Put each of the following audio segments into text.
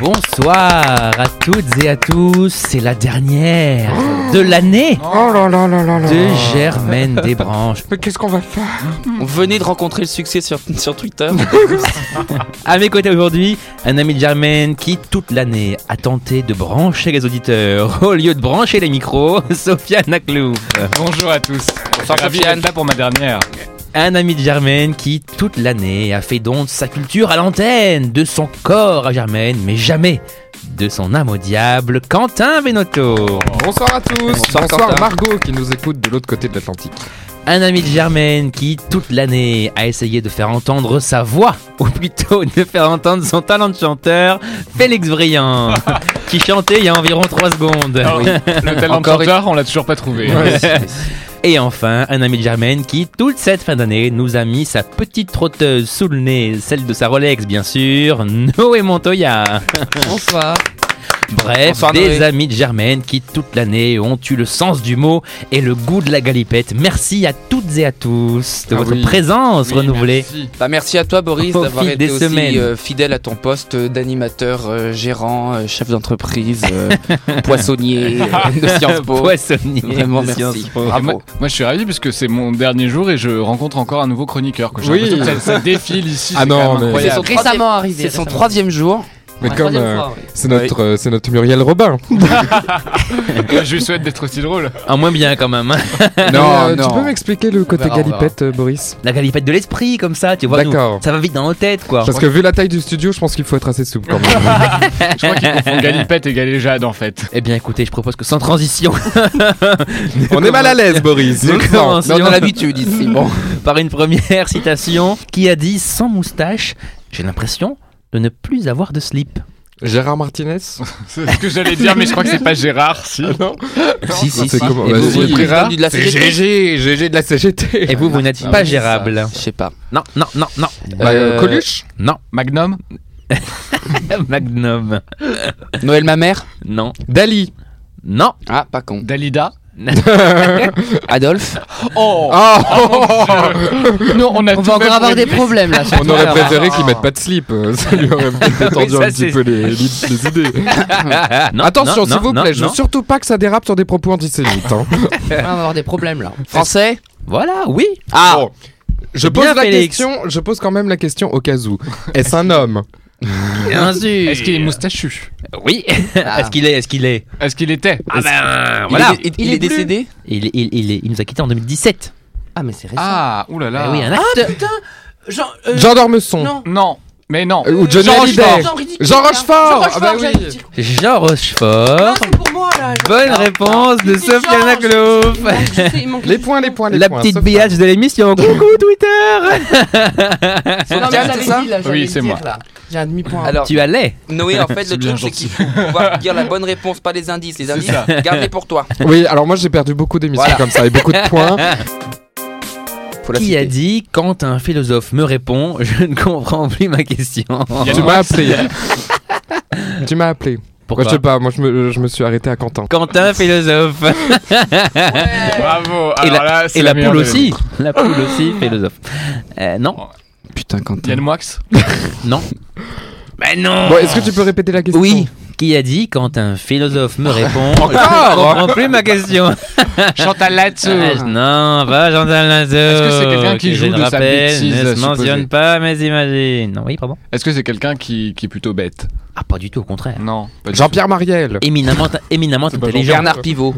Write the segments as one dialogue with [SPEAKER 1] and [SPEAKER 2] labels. [SPEAKER 1] Bonsoir à toutes et à tous. C'est la dernière de l'année
[SPEAKER 2] Oh là là là là là
[SPEAKER 1] de Germaine Desbranches.
[SPEAKER 2] Oh. Mais qu'est-ce qu'on va faire
[SPEAKER 3] Venez de rencontrer le succès sur, sur Twitter.
[SPEAKER 1] À mes côtés aujourd'hui, un ami de Germaine qui toute l'année a tenté de brancher les auditeurs au lieu de brancher les micros. Sofiane Naklouf.
[SPEAKER 4] Bonjour à tous.
[SPEAKER 3] Bonsoir,
[SPEAKER 4] Ravi
[SPEAKER 3] Sofiane.
[SPEAKER 4] d'être là pour ma dernière.
[SPEAKER 1] Un ami de Germaine qui, toute l'année, a fait don de sa culture à l'antenne, de son corps à Germaine, mais jamais de son âme au diable, Quentin Benotto.
[SPEAKER 2] Bonsoir à tous
[SPEAKER 3] Bonsoir, Quentin.
[SPEAKER 2] Margot qui nous écoute de l'autre côté de l'Atlantique.
[SPEAKER 1] Un ami de Germaine qui, toute l'année, a essayé de faire entendre sa voix, ou plutôt de faire entendre son talent de chanteur, Félix Briand, qui chantait il y a environ 3 secondes.
[SPEAKER 4] Le talent
[SPEAKER 3] Encore
[SPEAKER 4] de chanteur, on l'a toujours pas trouvé.
[SPEAKER 1] Et enfin, un ami de Germaine qui, toute cette fin d'année, nous a mis sa petite trotteuse sous le nez, celle de sa Rolex bien sûr, Noé Montoya.
[SPEAKER 5] Bonsoir.
[SPEAKER 1] Bref,
[SPEAKER 3] Bonsoir,
[SPEAKER 1] des
[SPEAKER 3] Noé.
[SPEAKER 1] amis de Germaine qui, toute l'année, ont eu le sens du mot et le goût de la galipette. Merci à toutes et à tous de
[SPEAKER 2] Ah
[SPEAKER 1] votre
[SPEAKER 2] oui.
[SPEAKER 1] présence
[SPEAKER 4] Oui,
[SPEAKER 1] renouvelée.
[SPEAKER 4] merci.
[SPEAKER 3] Bah, merci à toi, Boris,
[SPEAKER 1] Au
[SPEAKER 3] d'avoir
[SPEAKER 1] fil
[SPEAKER 3] été
[SPEAKER 1] des
[SPEAKER 3] aussi
[SPEAKER 1] semaines.
[SPEAKER 3] euh, fidèle à ton poste euh, d'animateur, euh, gérant, euh, chef d'entreprise, euh, poissonnier euh, de Sciences Po.
[SPEAKER 1] Poissonnier.
[SPEAKER 3] Vraiment,
[SPEAKER 1] de Sciences
[SPEAKER 3] merci.
[SPEAKER 1] Po.
[SPEAKER 4] Et Moi,
[SPEAKER 3] Bravo.
[SPEAKER 4] moi, je suis ravi parce que c'est mon dernier jour et je rencontre encore un nouveau chroniqueur. Que j'ai
[SPEAKER 2] Oui.
[SPEAKER 4] l'impression que ça, ça défile ici.
[SPEAKER 2] Ah
[SPEAKER 4] c'est
[SPEAKER 2] non,
[SPEAKER 4] quand même
[SPEAKER 2] mais-
[SPEAKER 4] incroyable.
[SPEAKER 3] son troisième-
[SPEAKER 5] Récemment arrivé.
[SPEAKER 3] C'est son
[SPEAKER 5] récemment.
[SPEAKER 3] troisième jour.
[SPEAKER 2] Mais
[SPEAKER 5] Ouais,
[SPEAKER 2] comme
[SPEAKER 5] troisième
[SPEAKER 2] euh,
[SPEAKER 5] fois, ouais.
[SPEAKER 2] c'est notre, euh, c'est notre Muriel Robin.
[SPEAKER 4] Je lui souhaite d'être aussi drôle.
[SPEAKER 1] En moins bien quand même. hein.
[SPEAKER 2] Mais, euh,
[SPEAKER 3] non.
[SPEAKER 2] Tu peux m'expliquer le côté
[SPEAKER 3] verra, on
[SPEAKER 2] galipette, euh, Boris
[SPEAKER 1] La galipette de l'esprit, comme ça, tu vois. nous,
[SPEAKER 2] D'accord.
[SPEAKER 1] ça va vite dans nos têtes, quoi.
[SPEAKER 2] Parce que vu la taille du studio, je pense qu'il faut être assez souple quand même.
[SPEAKER 4] Je crois qu'il confond Galipette et Galéjade en fait.
[SPEAKER 1] Eh bien, écoutez, je propose que sans transition,
[SPEAKER 2] on est mal à l'aise, Boris. je
[SPEAKER 1] Nous
[SPEAKER 2] le sens.
[SPEAKER 1] commençons.
[SPEAKER 3] Mais on a l'habitude ici. Bon.
[SPEAKER 1] par une première citation, qui a dit sans moustache, j'ai l'impression de ne plus avoir de slip.
[SPEAKER 2] Gérard Martinez
[SPEAKER 4] C'est ce que j'allais dire, mais je crois que c'est pas Gérard. Si.
[SPEAKER 2] Non.
[SPEAKER 1] Si, si, si.
[SPEAKER 2] C'est comment
[SPEAKER 1] Et
[SPEAKER 2] Bah,
[SPEAKER 1] vous,
[SPEAKER 2] si.
[SPEAKER 1] vous n'êtes pas-
[SPEAKER 3] de la
[SPEAKER 2] C'est GG, GG de la CGT.
[SPEAKER 1] et vous, vous n'êtes pas gérable.
[SPEAKER 3] Je sais pas.
[SPEAKER 1] Non, non, non, non.
[SPEAKER 2] Bah, euh,
[SPEAKER 3] Euh,
[SPEAKER 2] Coluche
[SPEAKER 1] Non,
[SPEAKER 4] Magnum
[SPEAKER 1] Magnum.
[SPEAKER 3] Noël, ma mère.
[SPEAKER 1] Non,
[SPEAKER 2] Dali
[SPEAKER 1] non.
[SPEAKER 3] Ah, pas con.
[SPEAKER 4] Dalida
[SPEAKER 3] Adolphe.
[SPEAKER 4] Oh,
[SPEAKER 2] Oh,
[SPEAKER 4] Non, on a
[SPEAKER 5] On va encore avoir des problèmes là. sur
[SPEAKER 2] On aurait
[SPEAKER 5] Twitter.
[SPEAKER 2] préféré qu'il mette pas de slip. euh, Ça lui aurait peut-être tendu
[SPEAKER 1] ça,
[SPEAKER 2] un petit
[SPEAKER 1] c'est-
[SPEAKER 2] peu les, les- les idées.
[SPEAKER 1] Non,
[SPEAKER 2] Attention,
[SPEAKER 1] non,
[SPEAKER 2] s'il
[SPEAKER 1] non,
[SPEAKER 2] vous
[SPEAKER 1] non,
[SPEAKER 2] plaît, je
[SPEAKER 1] non.
[SPEAKER 2] veux surtout pas que ça dérape sur des propos antisémites. hein.
[SPEAKER 5] On va avoir des problèmes là.
[SPEAKER 3] Français.
[SPEAKER 1] Voilà, oui.
[SPEAKER 3] Ah.
[SPEAKER 2] Bon, je
[SPEAKER 1] C'est
[SPEAKER 2] pose
[SPEAKER 1] bien,
[SPEAKER 2] la
[SPEAKER 1] Félix.
[SPEAKER 2] question. Je pose quand même la question au cas où. Est-ce un homme
[SPEAKER 1] Bien sûr.
[SPEAKER 4] Est-ce qu'il est moustachu
[SPEAKER 1] Oui. Est-ce qu'il est Est-ce qu'il est
[SPEAKER 4] Est-ce qu'il était
[SPEAKER 1] Ah ben,
[SPEAKER 3] Il
[SPEAKER 1] voilà.
[SPEAKER 3] est- Il, il est décédé.
[SPEAKER 1] Il, il, il, est- il nous a quittés en 2017.
[SPEAKER 5] Ah, mais c'est récent.
[SPEAKER 4] Ah, oulala.
[SPEAKER 1] Eh oui, un acte.
[SPEAKER 5] Genre,
[SPEAKER 2] Jean Dormesson
[SPEAKER 4] Non, mais non.
[SPEAKER 2] Euh, ou Johnny
[SPEAKER 4] Jean
[SPEAKER 2] Hallyday Jean Rochefort
[SPEAKER 5] Jean
[SPEAKER 2] Ah bah
[SPEAKER 5] Rochefort,
[SPEAKER 2] oui.
[SPEAKER 5] j'allais dire.
[SPEAKER 1] Jean Rochefort.
[SPEAKER 5] Ah, c'est pour moi là.
[SPEAKER 1] Bonne
[SPEAKER 5] Non,
[SPEAKER 1] réponse
[SPEAKER 5] non,
[SPEAKER 1] de
[SPEAKER 5] il manque
[SPEAKER 1] Sofiane
[SPEAKER 5] Georges.
[SPEAKER 1] Aklouf.
[SPEAKER 5] Il manque, je sais, il manque
[SPEAKER 2] Les
[SPEAKER 5] Georges.
[SPEAKER 2] points, les points, les
[SPEAKER 1] La
[SPEAKER 2] points.
[SPEAKER 1] petite
[SPEAKER 2] sauf
[SPEAKER 1] biatch de l'émission. Coucou Twitter.
[SPEAKER 5] Non, mais
[SPEAKER 3] Sofiane,
[SPEAKER 5] j'allais
[SPEAKER 3] c'est ça
[SPEAKER 5] dire, là, j'allais
[SPEAKER 4] Oui,
[SPEAKER 5] le
[SPEAKER 4] c'est
[SPEAKER 5] dire,
[SPEAKER 4] moi.
[SPEAKER 5] là. J'ai un demi-point.
[SPEAKER 3] Alors,
[SPEAKER 1] Tu allais.
[SPEAKER 3] Noé, en fait,
[SPEAKER 4] C'est
[SPEAKER 3] le
[SPEAKER 4] bien
[SPEAKER 3] truc, c'est qu'il faut pouvoir dire la bonne réponse, pas les indices. Les indices,
[SPEAKER 4] ça.
[SPEAKER 3] garde-les pour toi.
[SPEAKER 2] ça. Oui, alors moi j'ai perdu beaucoup d'émissions
[SPEAKER 3] Voilà.
[SPEAKER 2] comme ça et beaucoup de points.
[SPEAKER 3] Faut la
[SPEAKER 1] Qui
[SPEAKER 3] citer.
[SPEAKER 1] a dit quand un philosophe me répond, je ne comprends plus ma question.
[SPEAKER 4] Il y a
[SPEAKER 2] tu
[SPEAKER 4] le
[SPEAKER 2] m'as
[SPEAKER 4] Max.
[SPEAKER 2] appelé. tu m'as appelé.
[SPEAKER 1] Pourquoi
[SPEAKER 2] moi, je sais pas, moi je me, je me suis arrêté à Quentin.
[SPEAKER 1] Quentin philosophe.
[SPEAKER 4] Bravo.
[SPEAKER 1] Et
[SPEAKER 4] Alors là, c'est
[SPEAKER 1] Et la
[SPEAKER 4] meilleure
[SPEAKER 1] poule
[SPEAKER 4] des-
[SPEAKER 1] aussi. La poule aussi philosophe. Euh, non,
[SPEAKER 3] Putain,
[SPEAKER 4] Il y a
[SPEAKER 3] Quentin.
[SPEAKER 4] le Moix
[SPEAKER 1] non. Mais non.
[SPEAKER 2] Bon, est-ce que tu peux répéter la question
[SPEAKER 1] Oui. Qui a dit quand un philosophe me répond, je ne
[SPEAKER 2] Encore
[SPEAKER 1] comprends plus ma question.
[SPEAKER 4] Chantal Latsou.
[SPEAKER 1] Ah, non, pas Chantal Lazo.
[SPEAKER 4] Est-ce que c'est quelqu'un qui joue
[SPEAKER 1] je le
[SPEAKER 4] de sa
[SPEAKER 1] rappelle,
[SPEAKER 4] bêtise
[SPEAKER 1] Ne se
[SPEAKER 4] supposée
[SPEAKER 1] mentionne pas, mais imagine. Non, oui, pardon.
[SPEAKER 4] Est-ce que c'est quelqu'un qui, qui est plutôt bête
[SPEAKER 1] Ah, pas du tout, au contraire.
[SPEAKER 4] Non.
[SPEAKER 2] Jean-Pierre Mariel.
[SPEAKER 1] Éminemment, éminemment
[SPEAKER 2] C'est pas
[SPEAKER 1] intelligent.
[SPEAKER 3] Bernard Pivot.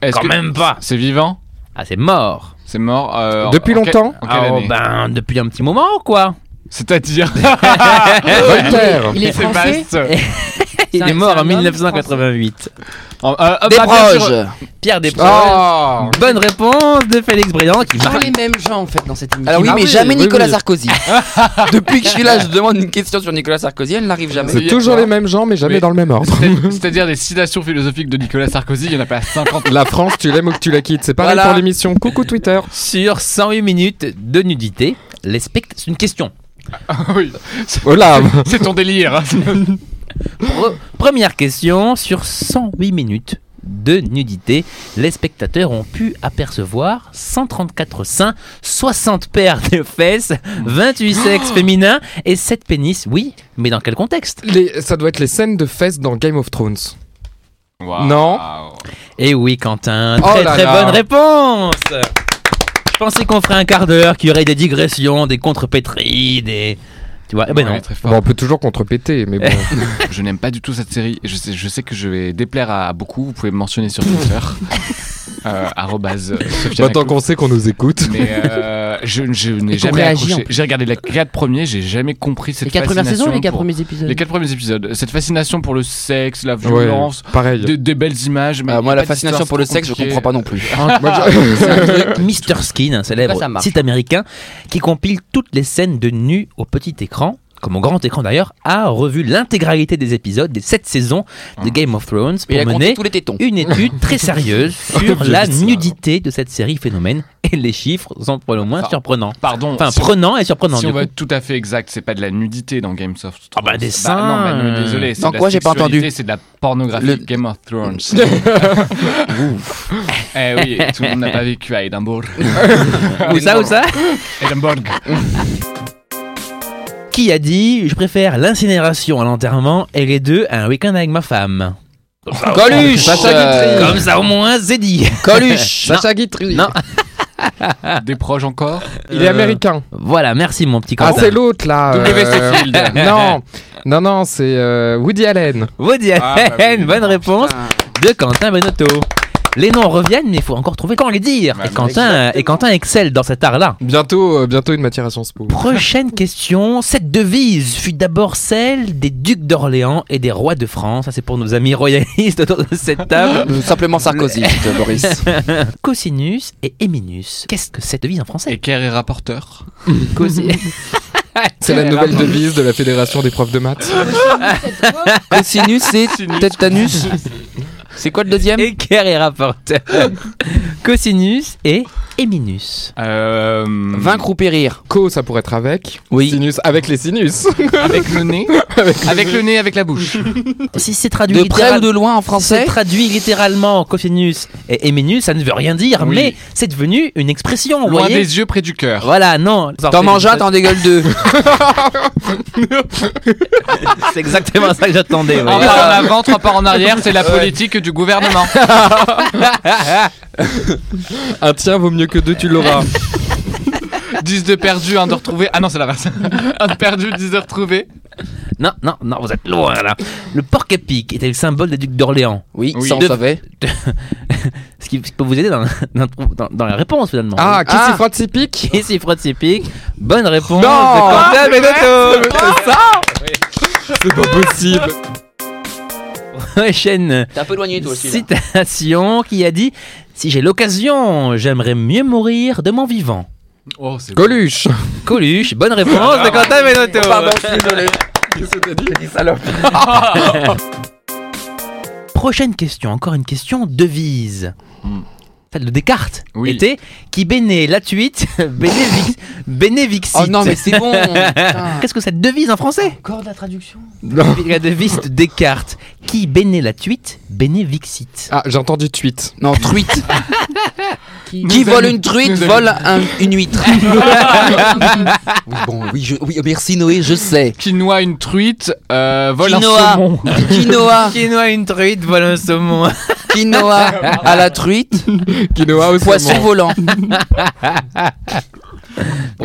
[SPEAKER 4] Est-ce
[SPEAKER 1] Quand
[SPEAKER 4] que
[SPEAKER 1] même pas.
[SPEAKER 4] c'est vivant
[SPEAKER 1] Ah, c'est mort.
[SPEAKER 4] C'est mort euh, en-
[SPEAKER 2] Depuis
[SPEAKER 4] en quelle-
[SPEAKER 2] longtemps
[SPEAKER 4] en quelle
[SPEAKER 1] Ah,
[SPEAKER 4] année
[SPEAKER 1] ben, depuis un petit moment, quoi.
[SPEAKER 4] C'est-à-dire
[SPEAKER 2] Voltaire.
[SPEAKER 5] Il est
[SPEAKER 4] C'est
[SPEAKER 5] français.
[SPEAKER 4] vaste.
[SPEAKER 1] Il
[SPEAKER 5] un-
[SPEAKER 1] est mort
[SPEAKER 5] c'est
[SPEAKER 1] en
[SPEAKER 5] un homme
[SPEAKER 1] 1988.
[SPEAKER 4] En- euh, euh,
[SPEAKER 3] Des
[SPEAKER 4] bah, bien sûr.
[SPEAKER 3] proches. Ah.
[SPEAKER 1] Pierre Desproges.
[SPEAKER 2] Oh
[SPEAKER 1] Bonne réponse de Félix Briand
[SPEAKER 4] Ah,
[SPEAKER 1] qui
[SPEAKER 5] Toujours
[SPEAKER 1] marque.
[SPEAKER 5] les mêmes gens en fait dans cette émission.
[SPEAKER 3] Alors oui,
[SPEAKER 2] Ah
[SPEAKER 3] mais
[SPEAKER 2] oui,
[SPEAKER 3] jamais
[SPEAKER 2] oui,
[SPEAKER 3] Nicolas
[SPEAKER 2] oui.
[SPEAKER 3] Sarkozy. Depuis que je suis là, je demande une question sur Nicolas Sarkozy, elle n'arrive jamais.
[SPEAKER 2] C'est toujours les mêmes gens, mais jamais
[SPEAKER 4] Mais-
[SPEAKER 2] dans le même ordre.
[SPEAKER 4] C'est- C'est-à-dire des citations philosophiques de Nicolas Sarkozy, il y en a pas 50.
[SPEAKER 2] La France, tu l'aimes ou que tu la quittes. C'est pareil
[SPEAKER 3] Voilà.
[SPEAKER 2] pour l'émission. Coucou Twitter.
[SPEAKER 1] Sur 108 minutes de nudité, les spect- c'est une question.
[SPEAKER 4] Oui.
[SPEAKER 2] Oh là
[SPEAKER 4] C'est ton délire. hein.
[SPEAKER 1] Pre- Première question sur 108 minutes de nudité. Les spectateurs ont pu apercevoir 134 seins, 60 paires de fesses, 28 sexes féminins et 7 pénis. Oui, mais dans quel contexte
[SPEAKER 2] Les- ça doit être les scènes de fesses dans Game of Thrones.
[SPEAKER 4] Waouh.
[SPEAKER 2] Non.
[SPEAKER 1] Eh oui, Quentin,
[SPEAKER 2] Oh
[SPEAKER 1] très
[SPEAKER 2] là
[SPEAKER 1] très
[SPEAKER 2] là.
[SPEAKER 1] bonne réponse Je pensais qu'on ferait un quart d'heure, qu'il y aurait des digressions, des contrepétries, des... Tu vois, eh ben
[SPEAKER 4] Ouais,
[SPEAKER 1] non.
[SPEAKER 4] très fort.
[SPEAKER 2] Bon, on peut toujours contrepéter, mais bon.
[SPEAKER 4] Je n'aime pas du tout cette série. Je sais, je sais que je vais déplaire à beaucoup. Vous pouvez me mentionner sur Twitter. euh, arrobase, euh,
[SPEAKER 1] Bah,
[SPEAKER 4] Sophia
[SPEAKER 2] Maintenant qu'on sait qu'on nous écoute.
[SPEAKER 4] Mais euh, je, je n'ai
[SPEAKER 5] Et qu'on
[SPEAKER 4] jamais
[SPEAKER 5] réagit, en
[SPEAKER 4] accroché. J'ai regardé les quatre premiers, j'ai jamais compris cette
[SPEAKER 5] Les 4 premières
[SPEAKER 4] fascination
[SPEAKER 5] saisons, les 4
[SPEAKER 4] pour-
[SPEAKER 5] premiers épisodes.
[SPEAKER 4] les quatre premiers épisodes. Cette fascination pour le sexe, la
[SPEAKER 2] Ouais,
[SPEAKER 4] violence,
[SPEAKER 2] pareil.
[SPEAKER 4] des, des belles images. mais
[SPEAKER 3] Euh,
[SPEAKER 4] y
[SPEAKER 3] moi,
[SPEAKER 4] a
[SPEAKER 3] la
[SPEAKER 4] pas
[SPEAKER 3] fascination
[SPEAKER 4] d'histoire,
[SPEAKER 3] pour le
[SPEAKER 4] c'est
[SPEAKER 3] sexe, je
[SPEAKER 4] compliqué.
[SPEAKER 3] comprends pas non plus.
[SPEAKER 2] Moi, je-
[SPEAKER 1] Mr. Skin, un célèbre
[SPEAKER 5] Ça, ça marche.
[SPEAKER 1] site américain qui compile toutes les scènes de nu au petit écran, comme au grand écran d'ailleurs, a revu l'intégralité des épisodes des 7 saisons
[SPEAKER 4] Ah.
[SPEAKER 1] de Game of Thrones
[SPEAKER 3] Et il
[SPEAKER 1] pour
[SPEAKER 3] a
[SPEAKER 1] mener
[SPEAKER 3] compté tous les tétons.
[SPEAKER 1] une étude très sérieuse sur la nudité de cette série phénomène et les chiffres sont pour le moins
[SPEAKER 4] Enfin,
[SPEAKER 1] surprenants.
[SPEAKER 4] Pardon.
[SPEAKER 1] Enfin,
[SPEAKER 4] si on-
[SPEAKER 1] prenant et surprenant.
[SPEAKER 4] si
[SPEAKER 1] du
[SPEAKER 4] on va
[SPEAKER 1] coup.
[SPEAKER 4] être tout à fait exact, c'est pas de la nudité dans Game of Thrones.
[SPEAKER 1] Ah bah, des seins.
[SPEAKER 4] non, mais non, mais désolé. c'est
[SPEAKER 3] Dans
[SPEAKER 4] de la
[SPEAKER 3] quoi j'ai pas
[SPEAKER 4] sexualité,
[SPEAKER 3] entendu
[SPEAKER 4] C'est de la pornographie
[SPEAKER 3] Le-
[SPEAKER 4] Game of Thrones. eh oui, tout le monde n'a pas vécu à Édimbourg.
[SPEAKER 1] Ou ça, ou ça
[SPEAKER 4] Édimbourg.
[SPEAKER 1] Qui a dit Je préfère l'incinération à l'enterrement et les deux à un week-end avec ma femme
[SPEAKER 3] Coluche euh,
[SPEAKER 1] Comme Oh, ça, au moins, c'est dit.
[SPEAKER 3] Coluche
[SPEAKER 1] Non.
[SPEAKER 2] Sacha Guitry.
[SPEAKER 1] Non.
[SPEAKER 4] Des proches encore.
[SPEAKER 2] Il est
[SPEAKER 1] Euh,
[SPEAKER 2] américain.
[SPEAKER 1] Voilà, merci, mon petit
[SPEAKER 2] Ah,
[SPEAKER 1] Quentin.
[SPEAKER 2] c'est l'autre là.
[SPEAKER 4] W.
[SPEAKER 2] euh,
[SPEAKER 4] Westfield.
[SPEAKER 2] non, non, non, c'est euh, Woody Allen.
[SPEAKER 1] Woody
[SPEAKER 4] Ah, bah
[SPEAKER 1] Allen,
[SPEAKER 4] oui.
[SPEAKER 1] bonne réponse de Quentin Benotto. Les noms reviennent, mais il faut encore trouver quand les dire.
[SPEAKER 4] Ouais,
[SPEAKER 1] et, Quentin, et Quentin excelle dans cet art-là.
[SPEAKER 2] Bientôt, euh, bientôt une matière à Sciences Po.
[SPEAKER 1] Prochaine question. Cette devise fut d'abord celle des ducs d'Orléans et des rois de France. Ça, c'est pour nos amis royalistes autour de cette table.
[SPEAKER 3] euh, Simplement Sarkozy, euh, Boris.
[SPEAKER 1] Cosinus et Éminus. Qu'est-ce que cette devise en français
[SPEAKER 4] Et Kerr est rapporteur.
[SPEAKER 1] Cosi-
[SPEAKER 2] C'est la nouvelle devise de la Fédération des profs de maths.
[SPEAKER 3] Cosinus et Tetanus. C'est quoi le deuxième
[SPEAKER 1] Équerre et rapporteur. Cosinus et Éminus.
[SPEAKER 4] Euh,
[SPEAKER 3] Vaincre ou périr
[SPEAKER 2] Co, ça pourrait être avec.
[SPEAKER 3] Oui.
[SPEAKER 2] Sinus, avec les sinus.
[SPEAKER 4] avec le nez. avec le nez, avec la bouche.
[SPEAKER 1] Si c'est traduit
[SPEAKER 3] De près
[SPEAKER 1] littéral-
[SPEAKER 3] ou de loin en
[SPEAKER 1] C'est
[SPEAKER 3] français
[SPEAKER 1] traduit littéralement cosinus et éminus, ça ne veut rien dire,
[SPEAKER 4] Oui.
[SPEAKER 1] mais c'est devenu une expression, vous
[SPEAKER 4] Loin
[SPEAKER 1] voyez
[SPEAKER 4] des yeux, près du cœur.
[SPEAKER 1] Voilà, non.
[SPEAKER 3] T'en manges un, t'en dégueules deux.
[SPEAKER 1] C'est exactement ça que j'attendais. vous
[SPEAKER 2] Ah,
[SPEAKER 4] Un
[SPEAKER 2] bah,
[SPEAKER 1] voyez.
[SPEAKER 4] pas en
[SPEAKER 2] euh,
[SPEAKER 4] avant, trois pas en arrière, c'est la politique du gouvernement.
[SPEAKER 2] Un tien vaut mieux que deux, tu l'auras.
[SPEAKER 4] 10 de perdu, 1 de retrouvé. Ah non, c'est l'inverse. 1 de perdu, 10 de retrouvé.
[SPEAKER 1] Non, non, non, vous êtes loin là. Le porc épic était le symbole des ducs d'Orléans.
[SPEAKER 3] Oui,
[SPEAKER 4] Oui.
[SPEAKER 3] ça on
[SPEAKER 1] De-
[SPEAKER 3] savait.
[SPEAKER 1] Ce qui ce qui peut vous aider dans, dans- dans- dans la réponse finalement.
[SPEAKER 2] Ah, qui s'y
[SPEAKER 3] Ah.
[SPEAKER 2] frotte s'y pique
[SPEAKER 1] Et si Freud s'épique, bonne réponse.
[SPEAKER 2] Non.
[SPEAKER 1] de Quentin Benotto.
[SPEAKER 2] C'est pas possible.
[SPEAKER 1] Prochaine
[SPEAKER 3] T'es un peu éloigné
[SPEAKER 1] citation qui a dit Si j'ai l'occasion, j'aimerais mieux mourir de mon vivant.
[SPEAKER 4] Oh, c'est
[SPEAKER 2] Coluche.
[SPEAKER 1] Coluche, bonne réponse de Quentin Benotto. Prochaine question, encore une question devise.
[SPEAKER 4] Hmm.
[SPEAKER 1] Celle de Descartes
[SPEAKER 4] Oui.
[SPEAKER 1] était qui béné la tuite, bénévix, bénévixit.
[SPEAKER 3] Oh non, mais c'est bon. putain.
[SPEAKER 1] Qu'est-ce que cette devise en français
[SPEAKER 5] Encore de la traduction.
[SPEAKER 1] La devise de Descartes qui béné la tuite, bénévixit.
[SPEAKER 2] Ah, j'ai entendu tweet.
[SPEAKER 3] Non, truite.
[SPEAKER 5] Qui-
[SPEAKER 3] Qui
[SPEAKER 4] Nous
[SPEAKER 3] vole
[SPEAKER 4] amis-
[SPEAKER 3] une truite,
[SPEAKER 4] nous
[SPEAKER 3] vole un- une huître. oui, bon, oui, je- oui, merci Noé, je sais.
[SPEAKER 4] Qui noie une truite, euh, vole un
[SPEAKER 3] Quinoa,
[SPEAKER 4] saumon.
[SPEAKER 3] quinoa,
[SPEAKER 1] Quinoa Ah. une truite, vole un saumon.
[SPEAKER 3] quinoa à la truite,
[SPEAKER 2] Quinoa au
[SPEAKER 3] poisson
[SPEAKER 2] saumon.
[SPEAKER 3] volant. Bon,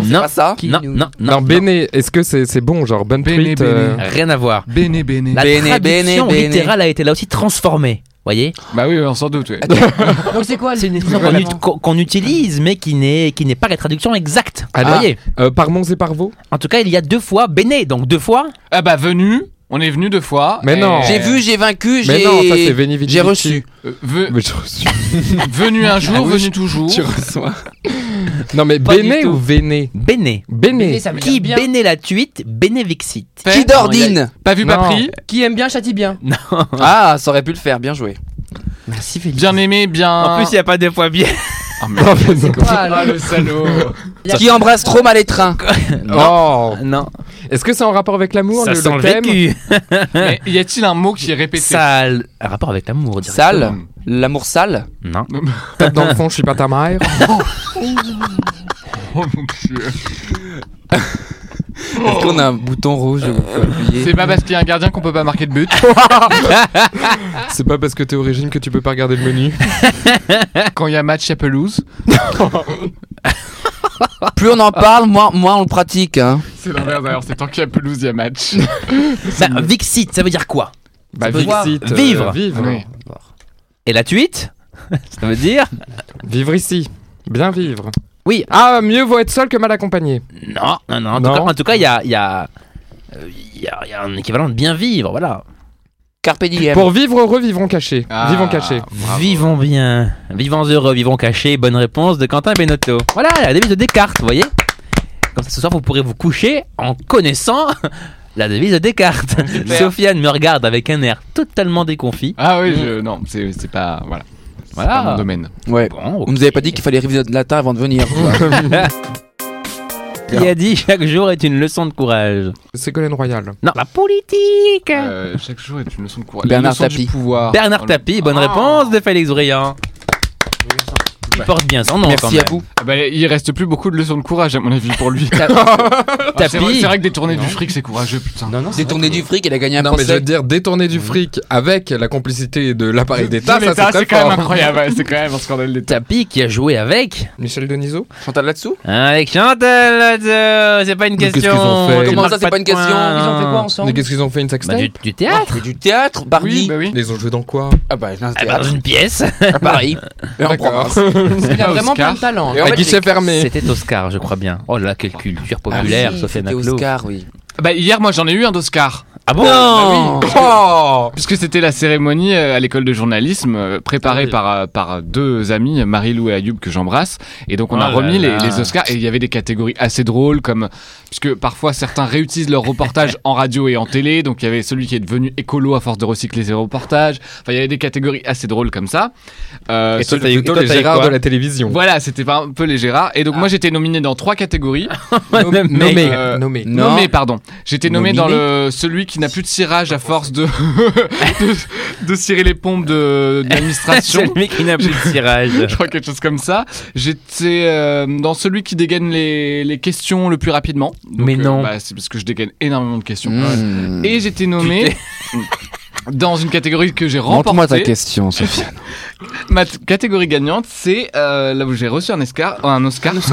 [SPEAKER 3] c'est
[SPEAKER 1] Non.
[SPEAKER 3] pas ça.
[SPEAKER 1] non, non, non,
[SPEAKER 2] Non, Béné, est-ce que c'est c'est bon, genre bonne
[SPEAKER 4] Béné,
[SPEAKER 2] tweet euh,
[SPEAKER 4] Béné.
[SPEAKER 1] Rien à voir.
[SPEAKER 4] Béné, béné.
[SPEAKER 1] La
[SPEAKER 3] Bene,
[SPEAKER 1] traduction
[SPEAKER 3] bene, bene.
[SPEAKER 1] littérale a été là aussi transformée. Voyez
[SPEAKER 4] Bah oui, on s'en doute. ouais.
[SPEAKER 5] Donc c'est quoi Oh, C'est une
[SPEAKER 1] Qu'on ut- qu'on qu'on utilise, mais qui n'est qui n'est pas la traduction exacte.
[SPEAKER 2] Ah,
[SPEAKER 1] voyez
[SPEAKER 2] euh, par Mons et par Vaux
[SPEAKER 1] En tout cas, il y a deux fois béné, donc deux fois
[SPEAKER 4] Ah bah, venu. On est venu deux fois.
[SPEAKER 2] Mais
[SPEAKER 4] Et-
[SPEAKER 2] non.
[SPEAKER 3] J'ai vu, j'ai vaincu,
[SPEAKER 2] Mais non, ça c'est
[SPEAKER 3] j'ai
[SPEAKER 2] Veni Vici
[SPEAKER 3] j'ai
[SPEAKER 2] Vici.
[SPEAKER 3] reçu.
[SPEAKER 4] Euh, ve-
[SPEAKER 2] Mais je reçu.
[SPEAKER 4] Venu un jour, venu toujours.
[SPEAKER 2] Ah Tu reçois. Non, mais
[SPEAKER 1] Pas du
[SPEAKER 2] Béné
[SPEAKER 1] tout.
[SPEAKER 2] ou Véné
[SPEAKER 1] béné.
[SPEAKER 2] Béné.
[SPEAKER 1] Qui béné la tuite, bénévixit.
[SPEAKER 4] Fait.
[SPEAKER 3] Qui d'ordine
[SPEAKER 4] Pas vu, pas
[SPEAKER 2] Non.
[SPEAKER 4] pris.
[SPEAKER 5] Qui aime bien châtie bien.
[SPEAKER 3] Ah, ça aurait pu le faire, bien joué.
[SPEAKER 5] Merci Félix.
[SPEAKER 4] Bien aimé, bien.
[SPEAKER 1] n'y a pas deux fois bien.
[SPEAKER 4] Oh, mais-
[SPEAKER 2] Non, mais non.
[SPEAKER 4] Ah, le salaud.
[SPEAKER 3] Qui embrasse trop mal les trains.
[SPEAKER 2] Oh.
[SPEAKER 1] Non,
[SPEAKER 2] Est-ce que c'est en rapport avec l'amour
[SPEAKER 1] ça
[SPEAKER 2] le,
[SPEAKER 1] sent le
[SPEAKER 2] thème
[SPEAKER 1] vécu.
[SPEAKER 4] Mais y a-t-il un mot qui est répété
[SPEAKER 1] Sale. Un rapport avec l'amour, on dirait.
[SPEAKER 3] Sale. L'amour sale
[SPEAKER 1] Non.
[SPEAKER 2] Tape dans le fond, je suis pas ta mère.
[SPEAKER 4] Oh mon dieu.
[SPEAKER 3] Est-ce qu'on a un bouton rouge où on peut appuyer
[SPEAKER 4] C'est pas parce qu'il y a un gardien qu'on peut pas marquer de but.
[SPEAKER 2] C'est pas parce que t'es au régime que tu peux pas regarder le menu.
[SPEAKER 4] Quand il y a match à pelouse,
[SPEAKER 3] Plus on en parle, moins, moins on le pratique. Hein.
[SPEAKER 4] c'est l'inverse d'ailleurs, c'est tant qu'il y a pelouse, il y a match.
[SPEAKER 1] Ça, Bah, Vixit, ça veut dire quoi
[SPEAKER 2] Bah,
[SPEAKER 1] veut voir
[SPEAKER 2] Vixit, euh,
[SPEAKER 1] vivre.
[SPEAKER 2] vivre.
[SPEAKER 4] Oui.
[SPEAKER 1] Et la tweet Ça veut dire
[SPEAKER 2] Vivre ici. Bien vivre.
[SPEAKER 1] Oui.
[SPEAKER 2] Ah, mieux vaut être seul que mal accompagné.
[SPEAKER 1] Non, non, non. En
[SPEAKER 2] Non.
[SPEAKER 1] tout cas- en tout cas, il y a, il y, a, euh, il y a- il y a un équivalent de bien vivre, voilà.
[SPEAKER 3] Carpe
[SPEAKER 1] Eh
[SPEAKER 3] diem.
[SPEAKER 2] Pour vivre heureux, vivons cachés.
[SPEAKER 4] Ah.
[SPEAKER 2] Vivons cachés.
[SPEAKER 4] Bravo.
[SPEAKER 1] Vivons bien, vivons heureux, vivons cachés. Bonne réponse de Quentin Benotto. Voilà, la devise de Descartes, vous voyez Comme ça, ce soir, vous pourrez vous coucher en connaissant la devise de Descartes.
[SPEAKER 4] Super.
[SPEAKER 1] Sofiane me regarde avec un air totalement déconfit.
[SPEAKER 4] Ah oui, je- non, c'est c'est pas. Voilà. C'est
[SPEAKER 1] Voilà.
[SPEAKER 4] pas mon domaine.
[SPEAKER 3] Ouais.
[SPEAKER 1] Bon,
[SPEAKER 3] On nous avait pas dit qu'il fallait réviser notre latin avant de venir. quoi.
[SPEAKER 1] qui a dit chaque jour est une leçon de courage
[SPEAKER 2] Ségolène Royal.
[SPEAKER 1] Non, la politique
[SPEAKER 4] Euh, chaque jour est une leçon de courage.
[SPEAKER 3] Bernard
[SPEAKER 4] Leçon du
[SPEAKER 3] Tapie. Ben,
[SPEAKER 4] pouvoir.
[SPEAKER 1] Bernard
[SPEAKER 4] Dans le-
[SPEAKER 1] Tapie, bonne
[SPEAKER 4] Ah.
[SPEAKER 1] réponse de Félix Briand. Il porte bien son nom quand
[SPEAKER 3] Merci à
[SPEAKER 1] même.
[SPEAKER 3] vous.
[SPEAKER 4] Ah bah, il reste plus beaucoup de leçons de courage, à mon avis, pour lui. Ah, C'est vrai,
[SPEAKER 1] Tapie.
[SPEAKER 4] c'est vrai que détourner du fric, c'est courageux, putain.
[SPEAKER 2] Non, non,
[SPEAKER 3] Détourner du fric, il a gagné un
[SPEAKER 2] Non, mais je veux
[SPEAKER 3] procès.
[SPEAKER 2] te dire, détourner du fric avec la complicité de l'appareil d'État,
[SPEAKER 4] Mais
[SPEAKER 2] ça c'est très
[SPEAKER 4] c'est quand même
[SPEAKER 2] fort.
[SPEAKER 4] incroyable, ouais, c'est quand même un scandale d'État.
[SPEAKER 1] Tapie qui a joué avec
[SPEAKER 2] Michel Denisot
[SPEAKER 3] Chantal là-dessous
[SPEAKER 1] Avec Chantal, là-dessous, c'est pas une
[SPEAKER 2] Mais qu'est-ce
[SPEAKER 1] question.
[SPEAKER 2] qu'ils ont fait
[SPEAKER 1] Tu
[SPEAKER 3] Comment
[SPEAKER 1] marques
[SPEAKER 3] ça, c'est pas une
[SPEAKER 1] de points,
[SPEAKER 3] question Ils ont
[SPEAKER 5] fait quoi
[SPEAKER 1] non.
[SPEAKER 5] ensemble
[SPEAKER 2] Mais qu'est-ce qu'ils ont fait une
[SPEAKER 1] Bah,
[SPEAKER 2] sextape
[SPEAKER 1] du, du théâtre
[SPEAKER 3] Du théâtre, Barbie.
[SPEAKER 4] Oui, bah oui.
[SPEAKER 2] Ils ont joué dans quoi
[SPEAKER 3] Ah bah, un
[SPEAKER 1] Ah bah, Dans
[SPEAKER 3] théâtre
[SPEAKER 1] une pièce
[SPEAKER 3] à Paris. Et en
[SPEAKER 2] D'accord.
[SPEAKER 3] province.
[SPEAKER 5] Il a
[SPEAKER 4] Ah,
[SPEAKER 5] vraiment
[SPEAKER 4] Oscar.
[SPEAKER 5] plein de talent.
[SPEAKER 3] Et en
[SPEAKER 2] À
[SPEAKER 3] fait,
[SPEAKER 2] guichet fermé.
[SPEAKER 1] C'était Oscar, je crois bien. Oh là là, quelle culture
[SPEAKER 3] Ah oui,
[SPEAKER 1] populaire, Sofiane
[SPEAKER 3] c'était
[SPEAKER 1] Aklo.
[SPEAKER 3] Oscar, Bah oui.
[SPEAKER 4] Bah, hier, moi, j'en ai eu un d'Oscar.
[SPEAKER 1] Ah bon
[SPEAKER 3] Non
[SPEAKER 2] Oh
[SPEAKER 4] Puisque c'était la cérémonie euh, à l'école de journalisme euh, préparée
[SPEAKER 2] Ah oui.
[SPEAKER 4] par, euh, par deux amis, Marie-Lou et Ayoub, que j'embrasse. Et donc on
[SPEAKER 1] Oh
[SPEAKER 4] a
[SPEAKER 1] là
[SPEAKER 4] remis les,
[SPEAKER 1] là.
[SPEAKER 4] les Oscars et il y avait des catégories assez drôles, comme puisque parfois certains réutilisent leurs reportages en radio et en télé. Donc il y avait celui qui est devenu écolo à force de recycler ses reportages. Enfin, il y avait des catégories assez drôles comme ça. Euh,
[SPEAKER 1] Et toi,
[SPEAKER 4] celui-
[SPEAKER 1] t'as eu-
[SPEAKER 2] Plutôt
[SPEAKER 1] toi,
[SPEAKER 2] les
[SPEAKER 1] t'as eu
[SPEAKER 2] Gérards
[SPEAKER 1] quoi
[SPEAKER 2] de la télévision.
[SPEAKER 4] voilà, c'était un peu les Gérards. Et donc
[SPEAKER 1] Ah.
[SPEAKER 4] moi j'étais nominé dans trois catégories.
[SPEAKER 1] Le mec.
[SPEAKER 2] Nommé.
[SPEAKER 4] Euh,
[SPEAKER 2] Nommé.
[SPEAKER 3] Non.
[SPEAKER 4] Nommé, pardon. J'étais nommé
[SPEAKER 3] Nominé.
[SPEAKER 4] dans le celui qui n'a plus de cirage à force de de, de cirer les pompes de, de
[SPEAKER 1] C'est
[SPEAKER 4] l'administration.
[SPEAKER 1] le mec qui n'a plus de
[SPEAKER 4] Je
[SPEAKER 1] tirage.
[SPEAKER 4] crois quelque chose comme ça. J'étais euh, dans celui qui dégaine les, les questions le plus rapidement. Donc,
[SPEAKER 1] Mais non.
[SPEAKER 4] bah, c'est parce que je dégaine énormément de questions.
[SPEAKER 3] Mmh.
[SPEAKER 4] Et j'étais nommé dans une catégorie que j'ai
[SPEAKER 3] Montre-moi ta
[SPEAKER 4] remportée.
[SPEAKER 3] question, Sofiane.
[SPEAKER 4] Ma t- catégorie gagnante, c'est euh, là où j'ai reçu un Oscar. Un Oscar.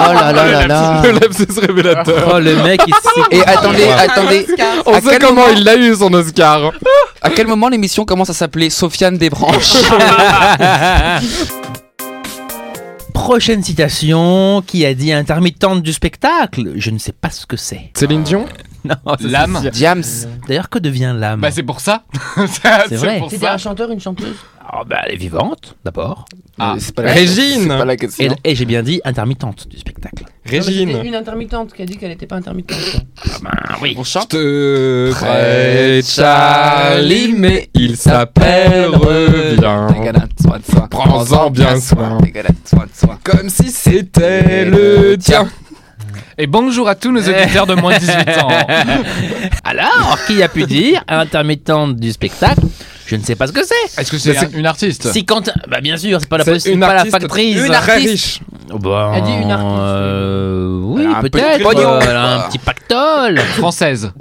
[SPEAKER 3] Oh là là là là.
[SPEAKER 2] Le lapsus révélateur.
[SPEAKER 1] Oh, le mec, il s'est-
[SPEAKER 3] Et attendez, attendez.
[SPEAKER 2] On
[SPEAKER 3] À
[SPEAKER 2] sait
[SPEAKER 3] quel
[SPEAKER 2] comment
[SPEAKER 3] moment-
[SPEAKER 2] il l'a eu son Oscar.
[SPEAKER 3] À quel moment l'émission commence à s'appeler Sofiane Desbranches
[SPEAKER 1] Prochaine citation qui a dit intermittente du spectacle. Je ne sais pas ce que c'est.
[SPEAKER 2] Céline Dion
[SPEAKER 1] Non, ça, Ah, c'est
[SPEAKER 4] L'âme.
[SPEAKER 1] sûr.
[SPEAKER 3] Diams
[SPEAKER 1] D'ailleurs, que devient l'âme
[SPEAKER 4] Bah c'est pour ça.
[SPEAKER 1] Mm. vrai.
[SPEAKER 4] pour
[SPEAKER 5] C'était
[SPEAKER 4] ça.
[SPEAKER 5] un chanteur, une chanteuse
[SPEAKER 1] Oh, bah, Elle est vivante, d'abord.
[SPEAKER 4] Ah.
[SPEAKER 3] C'est pas
[SPEAKER 2] Régine.
[SPEAKER 3] c'est pas la
[SPEAKER 1] Et,
[SPEAKER 3] question.
[SPEAKER 1] et j'ai bien dit intermittente du spectacle.
[SPEAKER 5] Non, mais c'était
[SPEAKER 2] Régine.
[SPEAKER 5] une intermittente qui a dit qu'elle n'était pas intermittente.
[SPEAKER 1] Ah oui.
[SPEAKER 3] On chante
[SPEAKER 2] Te
[SPEAKER 3] Prête Charlie, mais
[SPEAKER 2] il
[SPEAKER 3] Dégalade, soin de soi.
[SPEAKER 2] Prends-en bien soin.
[SPEAKER 3] Dégalade, soin de soi.
[SPEAKER 2] Comme si c'était le tien.
[SPEAKER 4] Et bonjour à tous nos auditeurs de moins de 18 ans.
[SPEAKER 1] Alors, qui a pu dire intermittente du spectacle Je ne sais pas ce que c'est.
[SPEAKER 4] Est-ce que c'est
[SPEAKER 2] Mais c'est-
[SPEAKER 4] un- une artiste
[SPEAKER 1] Si quand bah bien sûr, c'est pas la
[SPEAKER 2] C'est
[SPEAKER 1] poste- c'est
[SPEAKER 2] une
[SPEAKER 1] pas la
[SPEAKER 2] artiste.
[SPEAKER 1] factrice.
[SPEAKER 2] Une Très riche.
[SPEAKER 1] Bon,
[SPEAKER 5] Elle dit une artiste.
[SPEAKER 1] euh, oui,
[SPEAKER 3] Elle a un peu de
[SPEAKER 1] peut-être.
[SPEAKER 3] pognon.
[SPEAKER 1] euh, elle a un petit pactole.
[SPEAKER 4] Française.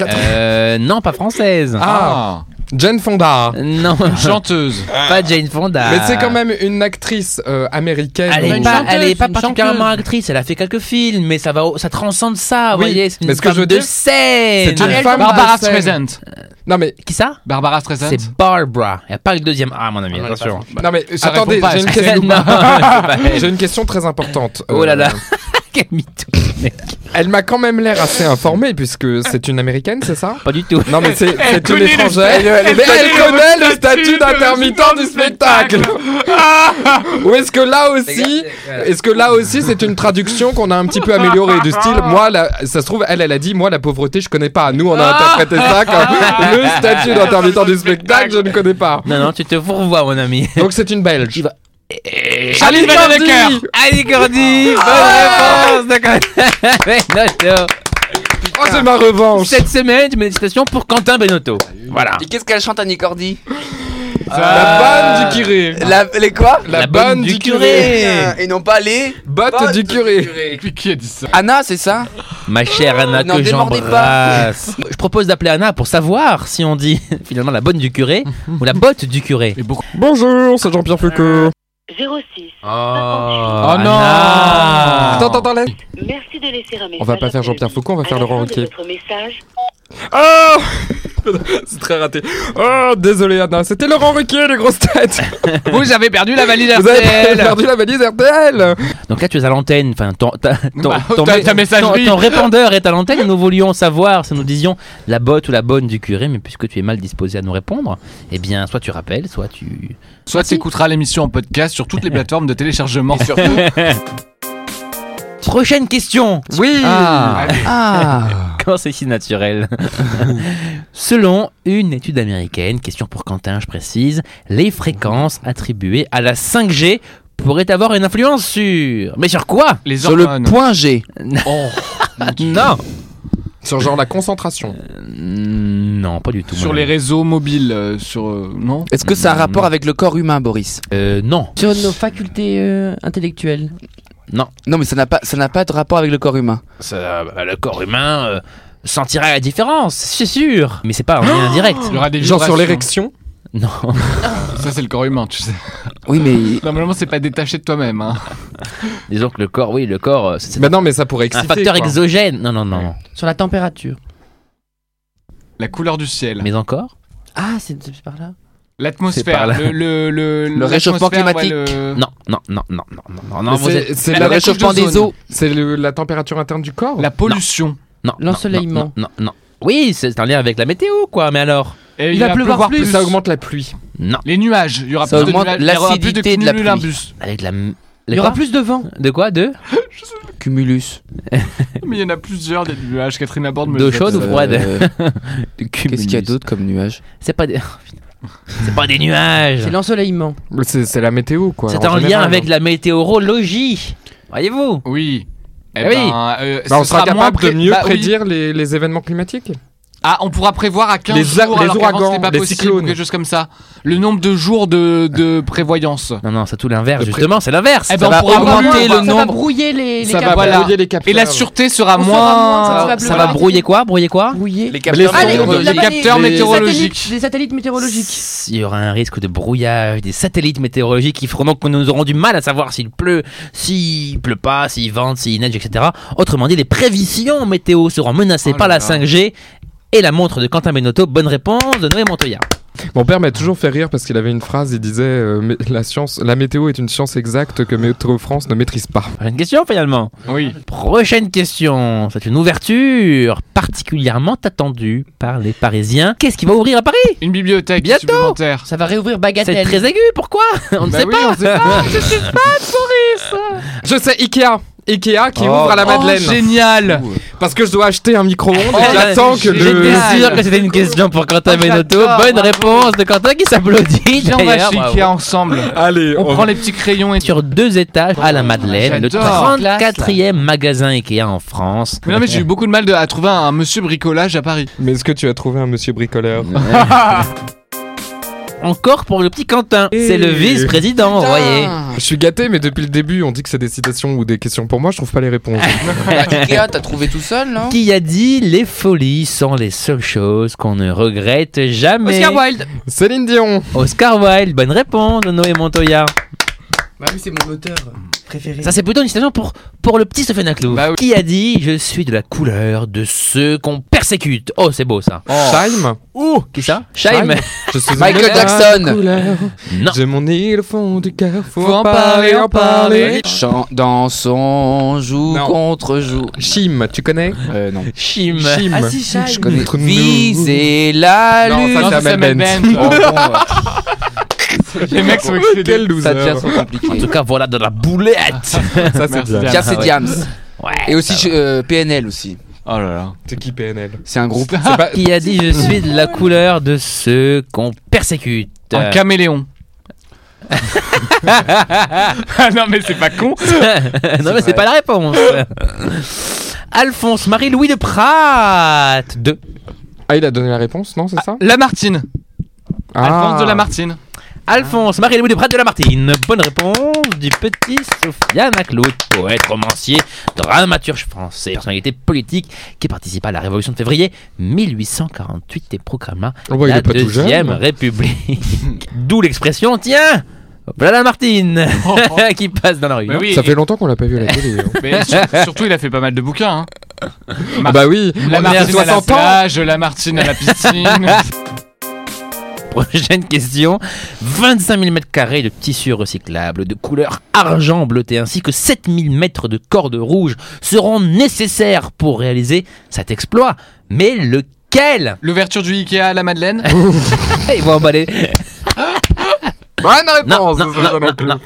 [SPEAKER 1] Euh, non, pas française.
[SPEAKER 4] Ah,
[SPEAKER 2] Jane Fonda.
[SPEAKER 1] Non,
[SPEAKER 4] chanteuse.
[SPEAKER 1] pas Jane Fonda.
[SPEAKER 2] Mais c'est quand même une actrice euh, américaine.
[SPEAKER 1] Elle est
[SPEAKER 5] une
[SPEAKER 1] pas,
[SPEAKER 5] chanteuse,
[SPEAKER 1] elle est pas
[SPEAKER 5] une
[SPEAKER 1] particulièrement
[SPEAKER 5] chanteuse.
[SPEAKER 1] actrice. Elle a fait quelques films, mais ça va, au- ça transcende ça. Vous
[SPEAKER 2] Oui,
[SPEAKER 1] voyez, c'est une
[SPEAKER 2] mais ce que
[SPEAKER 1] femme
[SPEAKER 2] je veux
[SPEAKER 1] de
[SPEAKER 2] dire,
[SPEAKER 1] scène.
[SPEAKER 2] c'est une
[SPEAKER 1] Ariel-
[SPEAKER 2] femme de
[SPEAKER 4] Barbara
[SPEAKER 2] scène.
[SPEAKER 4] Streisand.
[SPEAKER 2] Non mais,
[SPEAKER 1] Qui ça
[SPEAKER 4] Barbara Streisand. Euh,
[SPEAKER 1] C'est Barbara. Il n'y a pas le deuxième A, mon ami. Attention.
[SPEAKER 2] non mais
[SPEAKER 4] ça
[SPEAKER 2] attendez,
[SPEAKER 4] répond pas à
[SPEAKER 2] j'ai une,
[SPEAKER 4] ce
[SPEAKER 1] Bah, Non, c'est
[SPEAKER 2] question-
[SPEAKER 1] pas elle.
[SPEAKER 2] j'ai une question très importante.
[SPEAKER 1] Oh là
[SPEAKER 2] Euh,
[SPEAKER 1] là. Quel mytho.
[SPEAKER 2] Elle m'a quand même l'air assez informée puisque c'est une américaine, c'est ça
[SPEAKER 1] Pas du tout.
[SPEAKER 2] Non mais c'est c'est une
[SPEAKER 4] connaît le
[SPEAKER 2] étrangère. mais elle connaît le statut d'intermittent du spectacle. Ou est-ce que là aussi, est-ce que là aussi c'est une traduction qu'on a un petit peu améliorée du style Moi, la- ça se trouve, elle, elle a dit moi la pauvreté je connais pas. Nous on a interprété ça comme le statut d'intermittent du Ah spectacle, je ne connais pas.
[SPEAKER 1] Non, non, tu te fourvoies, mon ami.
[SPEAKER 2] Donc c'est une Belge.
[SPEAKER 4] Aline Van
[SPEAKER 2] Cordy
[SPEAKER 4] Decker.
[SPEAKER 1] Allez, Cordy, bonne
[SPEAKER 2] Ah
[SPEAKER 1] réponse de Quentin Benotto.
[SPEAKER 2] Oh c'est ma revanche. Ah.
[SPEAKER 1] Cette semaine, je mets une citation pour Quentin Benotto. Voilà.
[SPEAKER 3] Et qu'est-ce qu'elle chante, Annie Cordy
[SPEAKER 2] La
[SPEAKER 3] Ah.
[SPEAKER 2] bonne du curé.
[SPEAKER 3] La- les quoi
[SPEAKER 2] La,
[SPEAKER 1] Ah, bonne
[SPEAKER 2] bonne
[SPEAKER 1] du
[SPEAKER 2] du
[SPEAKER 1] curé.
[SPEAKER 2] curé.
[SPEAKER 3] Et non pas les
[SPEAKER 2] Botte
[SPEAKER 3] bottes
[SPEAKER 2] du curé.
[SPEAKER 4] Et puis qui a dit ça
[SPEAKER 3] Anna, c'est ça
[SPEAKER 1] Ma chère
[SPEAKER 2] Ah,
[SPEAKER 1] Anna,
[SPEAKER 3] Non,
[SPEAKER 1] que
[SPEAKER 3] démordez
[SPEAKER 1] j'embrasse. Je propose d'appeler Anna pour savoir si on dit finalement la bonne du curé ou la botte du curé.
[SPEAKER 4] Et pourquoi
[SPEAKER 2] Bonjour, c'est Jean-Pierre Foucault.
[SPEAKER 6] 06.
[SPEAKER 1] Oh,
[SPEAKER 4] non.
[SPEAKER 1] Anna.
[SPEAKER 2] Attends, attends, attends, laisse.
[SPEAKER 6] Merci de laisser un message.
[SPEAKER 2] On va pas faire
[SPEAKER 6] après le
[SPEAKER 2] Jean-Pierre
[SPEAKER 6] bip.
[SPEAKER 2] Foucault, on va
[SPEAKER 6] À
[SPEAKER 2] faire
[SPEAKER 6] la
[SPEAKER 2] Laurent
[SPEAKER 6] fin de
[SPEAKER 2] Ruquier.
[SPEAKER 6] votre message,
[SPEAKER 2] Oh C'est très raté. Oh, désolé Anna, c'était Laurent Ruquier, les grosses têtes.
[SPEAKER 4] Vous avez perdu la valise
[SPEAKER 2] Vous avez
[SPEAKER 4] RTL
[SPEAKER 2] perdu la valise RTL.
[SPEAKER 1] Donc là, tu es à l'antenne. Enfin, ton, ta, ton,
[SPEAKER 4] Bah,
[SPEAKER 1] ton-
[SPEAKER 4] ta- ta
[SPEAKER 1] ton-
[SPEAKER 4] messagerie.
[SPEAKER 1] ton répondeur est à l'antenne. et Nous voulions savoir si nous disions la botte ou la bonne du curé, mais puisque tu es mal disposé à nous répondre, eh bien, soit tu rappelles, soit tu.
[SPEAKER 4] Soit tu écouteras l'émission en podcast sur toutes les plateformes de téléchargement.
[SPEAKER 1] Prochaine question.
[SPEAKER 2] Oui.
[SPEAKER 1] Ah,
[SPEAKER 3] Ah
[SPEAKER 1] quand c'est si naturel. Selon une étude américaine, question pour Quentin, je précise, les fréquences attribuées à la 5G pourraient avoir une influence sur. Mais sur quoi
[SPEAKER 4] Les
[SPEAKER 3] Sur le
[SPEAKER 4] hormones.
[SPEAKER 3] point G.
[SPEAKER 1] Non.
[SPEAKER 2] Sur genre la concentration.
[SPEAKER 1] Hmm, Non, pas du tout.
[SPEAKER 4] Sur
[SPEAKER 1] mon
[SPEAKER 4] les
[SPEAKER 1] ami.
[SPEAKER 4] réseaux mobiles, euh, sur... euh, non
[SPEAKER 3] Est-ce que
[SPEAKER 2] Mm.
[SPEAKER 3] ça a un rapport avec le corps humain, Boris
[SPEAKER 1] Euh, non.
[SPEAKER 5] Sur nos facultés euh, intellectuelles.
[SPEAKER 3] Non, mais ça n'a pas, ça n'a pas de rapport avec le corps humain.
[SPEAKER 1] Ça, bah, le corps humain euh, sentira la différence, c'est sûr. Mais c'est pas un lien indirect.
[SPEAKER 4] Il y aura des
[SPEAKER 2] Genre sur
[SPEAKER 4] vibrations.
[SPEAKER 2] l'érection.
[SPEAKER 1] Non.
[SPEAKER 4] Ça, c'est le corps humain, tu sais.
[SPEAKER 3] Oui, mais
[SPEAKER 4] Normalement, c'est pas détaché de toi-même. hein.
[SPEAKER 1] Disons que le corps, oui, le corps, euh, c'est c'est
[SPEAKER 2] Bah non, mais ça pourrait
[SPEAKER 1] un
[SPEAKER 2] exciter.
[SPEAKER 1] facteur
[SPEAKER 2] quoi.
[SPEAKER 1] exogène. Non, non, non.
[SPEAKER 5] Sur la température.
[SPEAKER 4] La couleur du ciel.
[SPEAKER 1] Mais encore
[SPEAKER 5] Ah, c'est c'est par là.
[SPEAKER 1] C'est par
[SPEAKER 4] L'atmosphère.
[SPEAKER 1] là.
[SPEAKER 4] Le, le, le,
[SPEAKER 3] réchauffement
[SPEAKER 4] l'atmosphère, ouais,
[SPEAKER 3] climatique.
[SPEAKER 4] le-
[SPEAKER 1] Non, non, non, non, non, non, non, non.
[SPEAKER 2] Mais
[SPEAKER 1] vous
[SPEAKER 2] c'est-
[SPEAKER 1] êtes-
[SPEAKER 2] C'est
[SPEAKER 4] La-
[SPEAKER 2] le
[SPEAKER 4] la couche
[SPEAKER 2] réchauffement
[SPEAKER 4] d'ozone.
[SPEAKER 2] des eaux. C'est le- la température interne du corps.
[SPEAKER 4] La pollution.
[SPEAKER 1] non, non,
[SPEAKER 5] L'ensoleillement.
[SPEAKER 1] Non, non, non. Oui, c'est un lien avec la météo, quoi. Mais alors
[SPEAKER 4] Et
[SPEAKER 5] Il va pleuvoir plus.
[SPEAKER 2] Ça augmente la pluie.
[SPEAKER 1] Non.
[SPEAKER 4] Les nuages. Il y aura
[SPEAKER 3] Ça
[SPEAKER 4] plus de
[SPEAKER 3] augmente
[SPEAKER 4] nuages. Il y aura plus de
[SPEAKER 3] l'acidité de la pluie.
[SPEAKER 4] cumulonimbus.
[SPEAKER 1] Avec la. m-
[SPEAKER 5] Il
[SPEAKER 1] les
[SPEAKER 5] y aura
[SPEAKER 1] quoi
[SPEAKER 5] plus de vent.
[SPEAKER 1] De quoi De
[SPEAKER 3] cumulus.
[SPEAKER 4] Mais il y en a plusieurs des nuages. Catherine Laborde me
[SPEAKER 1] D'eau
[SPEAKER 4] jette,
[SPEAKER 1] chaude ou
[SPEAKER 4] euh,
[SPEAKER 1] froide
[SPEAKER 3] Euh,
[SPEAKER 1] De
[SPEAKER 3] Qu'est-ce qu'il y a
[SPEAKER 1] cumulus.
[SPEAKER 3] d'autre comme nuage
[SPEAKER 1] C'est pas des. Oh, c'est pas des nuages.
[SPEAKER 5] C'est l'ensoleillement.
[SPEAKER 2] Mais C'est c'est la météo, quoi.
[SPEAKER 1] C'est en lien
[SPEAKER 2] général,
[SPEAKER 1] avec
[SPEAKER 2] hein.
[SPEAKER 1] la météorologie. Voyez-vous
[SPEAKER 4] Oui. Eh
[SPEAKER 1] Eh oui.
[SPEAKER 4] ben, euh,
[SPEAKER 2] Bah, on
[SPEAKER 4] ce
[SPEAKER 2] sera, capable
[SPEAKER 4] moins pré-
[SPEAKER 2] de mieux
[SPEAKER 4] bah oui.
[SPEAKER 2] prédire les, les événements climatiques.
[SPEAKER 4] Ah, on pourra prévoir à 15
[SPEAKER 2] Les a-
[SPEAKER 4] jours
[SPEAKER 2] les
[SPEAKER 4] alors qu'avant,
[SPEAKER 2] ouragans,
[SPEAKER 4] c'était pas
[SPEAKER 2] les
[SPEAKER 4] possible,
[SPEAKER 2] cyclones.
[SPEAKER 4] ou quelque chose comme ça. Le nombre de jours de, de prévoyance.
[SPEAKER 1] Non, non, c'est tout l'inverse.
[SPEAKER 2] De pré-
[SPEAKER 1] Justement, c'est l'inverse.
[SPEAKER 4] Eh
[SPEAKER 1] Ça
[SPEAKER 4] ben, on
[SPEAKER 1] va
[SPEAKER 4] pourra
[SPEAKER 1] augmenter le
[SPEAKER 4] voir, on va-
[SPEAKER 5] Ça va
[SPEAKER 1] nombre.
[SPEAKER 5] brouiller les, les
[SPEAKER 2] ça va
[SPEAKER 5] capteurs.
[SPEAKER 4] voilà.
[SPEAKER 2] brouiller les capteurs.
[SPEAKER 4] Et la sûreté sera
[SPEAKER 5] On saura
[SPEAKER 4] moins.
[SPEAKER 5] moins, va
[SPEAKER 1] Ça va
[SPEAKER 5] pleuvoir.
[SPEAKER 1] brouiller quoi Brouiller quoi
[SPEAKER 5] Brouiller.
[SPEAKER 3] Les
[SPEAKER 2] capteurs
[SPEAKER 5] Ah, les,
[SPEAKER 2] météorologiques.
[SPEAKER 5] les- les-
[SPEAKER 4] Les capteurs
[SPEAKER 5] les- les
[SPEAKER 4] météorologiques.
[SPEAKER 5] satellites- Les satellites météorologiques.
[SPEAKER 1] Il y aura un risque de brouillage des satellites météorologiques qui feront donc que nous aurons du mal à savoir s'il pleut, s'il pleut pas, s'il vente, s'il neige, etc. Autrement dit, les prévisions météo seront menacées
[SPEAKER 4] Oh
[SPEAKER 1] par
[SPEAKER 4] là
[SPEAKER 1] la
[SPEAKER 4] là.
[SPEAKER 1] 5G et la montre de Quentin Benotto. Bonne réponse de Noé Montoya.
[SPEAKER 2] Mon père m'a toujours fait rire parce qu'il avait une phrase, il disait euh, mais la, science, la météo est une science exacte que Météo France ne maîtrise pas.
[SPEAKER 1] Prochaine question finalement.
[SPEAKER 4] Oui.
[SPEAKER 1] Prochaine question. C'est une ouverture particulièrement attendue par les Parisiens. Qu'est-ce qui va ouvrir à Paris
[SPEAKER 4] Une bibliothèque
[SPEAKER 1] Bientôt.
[SPEAKER 4] supplémentaire.
[SPEAKER 5] Ça va réouvrir
[SPEAKER 1] C'est
[SPEAKER 5] Bagatelle.
[SPEAKER 1] très aigu. Pourquoi On ne
[SPEAKER 4] Bah
[SPEAKER 1] sait
[SPEAKER 4] oui,
[SPEAKER 1] pas.
[SPEAKER 4] on sait pas.
[SPEAKER 2] Je sais, Ikea Ikea qui
[SPEAKER 1] Oh.
[SPEAKER 2] ouvre à la
[SPEAKER 4] Oh,
[SPEAKER 2] Madeleine.
[SPEAKER 4] génial.
[SPEAKER 2] parce que je dois acheter un micro-ondes
[SPEAKER 1] Oh,
[SPEAKER 2] et j'attends que le...
[SPEAKER 1] J'étais sûr que c'était une question pour Quentin
[SPEAKER 4] Oh,
[SPEAKER 1] Benotto.
[SPEAKER 4] j'adore,
[SPEAKER 1] Bonne
[SPEAKER 4] bravo.
[SPEAKER 1] réponse de Quentin qui s'applaudit.
[SPEAKER 4] Viens, on va
[SPEAKER 1] d'ailleurs.
[SPEAKER 4] chez
[SPEAKER 1] Bravo.
[SPEAKER 4] Ikea ensemble.
[SPEAKER 2] Allez,
[SPEAKER 4] On prend les petits crayons et
[SPEAKER 1] Sur deux étages à la Madeleine, le
[SPEAKER 4] Oh, J'adore.
[SPEAKER 1] 34e magasin Ikea en France.
[SPEAKER 4] Mais non, mais j'ai eu beaucoup de mal de- à trouver un, un monsieur bricolage à Paris.
[SPEAKER 2] Mais est-ce que tu as trouvé un monsieur bricoleur Ah,
[SPEAKER 1] Encore pour le petit Quentin,
[SPEAKER 4] Eh.
[SPEAKER 2] Et-
[SPEAKER 1] c'est le vice-président, vous voyez.
[SPEAKER 2] Je suis gâté, mais depuis le début, on dit que c'est des citations ou des questions pour moi, je trouve pas les réponses.
[SPEAKER 3] Bah, Ikea, t'as trouvé tout seul, non
[SPEAKER 1] Qui a dit les folies sont les seules choses qu'on ne regrette jamais.
[SPEAKER 3] Oscar Wilde
[SPEAKER 2] Céline Dion
[SPEAKER 1] Oscar Wilde, bonne réponse, Noé Montoya.
[SPEAKER 7] Bah oui, c'est mon auteur préféré.
[SPEAKER 1] Ça, c'est plutôt une citation pour, pour le petit Stéphane Aclou.
[SPEAKER 4] Bah oui.
[SPEAKER 1] Qui a dit Je suis de la couleur de ceux qu'on persécute. Oh, c'est beau ça.
[SPEAKER 2] Time
[SPEAKER 1] Ouh Qui ça Chaim
[SPEAKER 2] Je suis
[SPEAKER 3] Michael
[SPEAKER 2] une
[SPEAKER 3] Jackson.
[SPEAKER 2] couleur.
[SPEAKER 1] Non.
[SPEAKER 2] J'ai mon île au fond du cœur, faut,
[SPEAKER 4] Faut en
[SPEAKER 2] en parler, en parler.
[SPEAKER 3] Chant, dansons, joue
[SPEAKER 2] Non.
[SPEAKER 3] contre joue.
[SPEAKER 2] Chim, tu connais
[SPEAKER 3] Euh, non.
[SPEAKER 1] Chim.
[SPEAKER 2] Chim.
[SPEAKER 5] Ah si, Shine.
[SPEAKER 2] Je connais.
[SPEAKER 3] Viser la
[SPEAKER 2] Non,
[SPEAKER 3] lune.
[SPEAKER 2] ça,
[SPEAKER 4] Non,
[SPEAKER 2] c'est
[SPEAKER 4] ça,
[SPEAKER 2] Amel
[SPEAKER 4] Amel
[SPEAKER 2] Bent.
[SPEAKER 4] Bent.
[SPEAKER 3] Oh, bon,
[SPEAKER 4] Les mecs sont
[SPEAKER 2] Oh, Quel
[SPEAKER 4] excédés.
[SPEAKER 3] ça
[SPEAKER 2] loser.
[SPEAKER 3] devient trop
[SPEAKER 1] En tout
[SPEAKER 3] compliqué.
[SPEAKER 1] cas, voilà de la boulette.
[SPEAKER 2] Ça, c'est
[SPEAKER 4] Merci,
[SPEAKER 2] bien.
[SPEAKER 4] Dan.
[SPEAKER 3] Tiens, c'est
[SPEAKER 1] ouais.
[SPEAKER 3] Diams.
[SPEAKER 1] Ouais.
[SPEAKER 3] Et aussi je- euh, PNL aussi.
[SPEAKER 4] Oh là là.
[SPEAKER 2] C'est qui PNL
[SPEAKER 3] C'est un groupe.
[SPEAKER 2] C'est pas-
[SPEAKER 1] Qui a dit je suis de la couleur de ceux qu'on persécute
[SPEAKER 4] Un caméléon. ah non, mais c'est pas con.
[SPEAKER 1] Non mais c'est pas la réponse. Alphonse Marie-Louis de Prat 2.
[SPEAKER 4] Hein
[SPEAKER 2] Ah, il a donné la réponse, non C'est ça
[SPEAKER 4] Lamartine.
[SPEAKER 2] Ah.
[SPEAKER 4] Alphonse de Lamartine.
[SPEAKER 1] Alphonse, Marie-Louis de Prat de la Martine. Bonne réponse du petit Sofiane Claude, poète, romancier, dramaturge français, personnalité politique qui participa à la Révolution de février 1848 et proclama
[SPEAKER 2] Oh, bah, il
[SPEAKER 1] la
[SPEAKER 2] est pas tout jeune.
[SPEAKER 1] Deuxième République. D'où l'expression tiens, voilà la Martine qui passe dans la rue.
[SPEAKER 4] Oh, Mais oui,
[SPEAKER 2] Ça fait longtemps qu'on l'a pas vu à la télé. hein.
[SPEAKER 4] mais sur- surtout, il a fait pas mal de bouquins. hein.
[SPEAKER 2] Ah bah oui,
[SPEAKER 4] La
[SPEAKER 2] on est à
[SPEAKER 4] Martine à la
[SPEAKER 2] 60 ans.
[SPEAKER 4] plage, la Martine à la piscine.
[SPEAKER 1] Prochaine question. 25 000 mètres carrés de tissu recyclable de couleur argent bleuté ainsi que 7 000 mètres de corde rouge seront nécessaires pour réaliser cet exploit. Mais lequel
[SPEAKER 4] L'ouverture du Ikea à la Madeleine.
[SPEAKER 1] Ils vont emballer.
[SPEAKER 2] Bonne
[SPEAKER 1] Non,
[SPEAKER 2] réponse.
[SPEAKER 1] non,
[SPEAKER 2] ça,
[SPEAKER 1] non,
[SPEAKER 2] ça m'a
[SPEAKER 1] non,
[SPEAKER 2] plu.
[SPEAKER 1] non,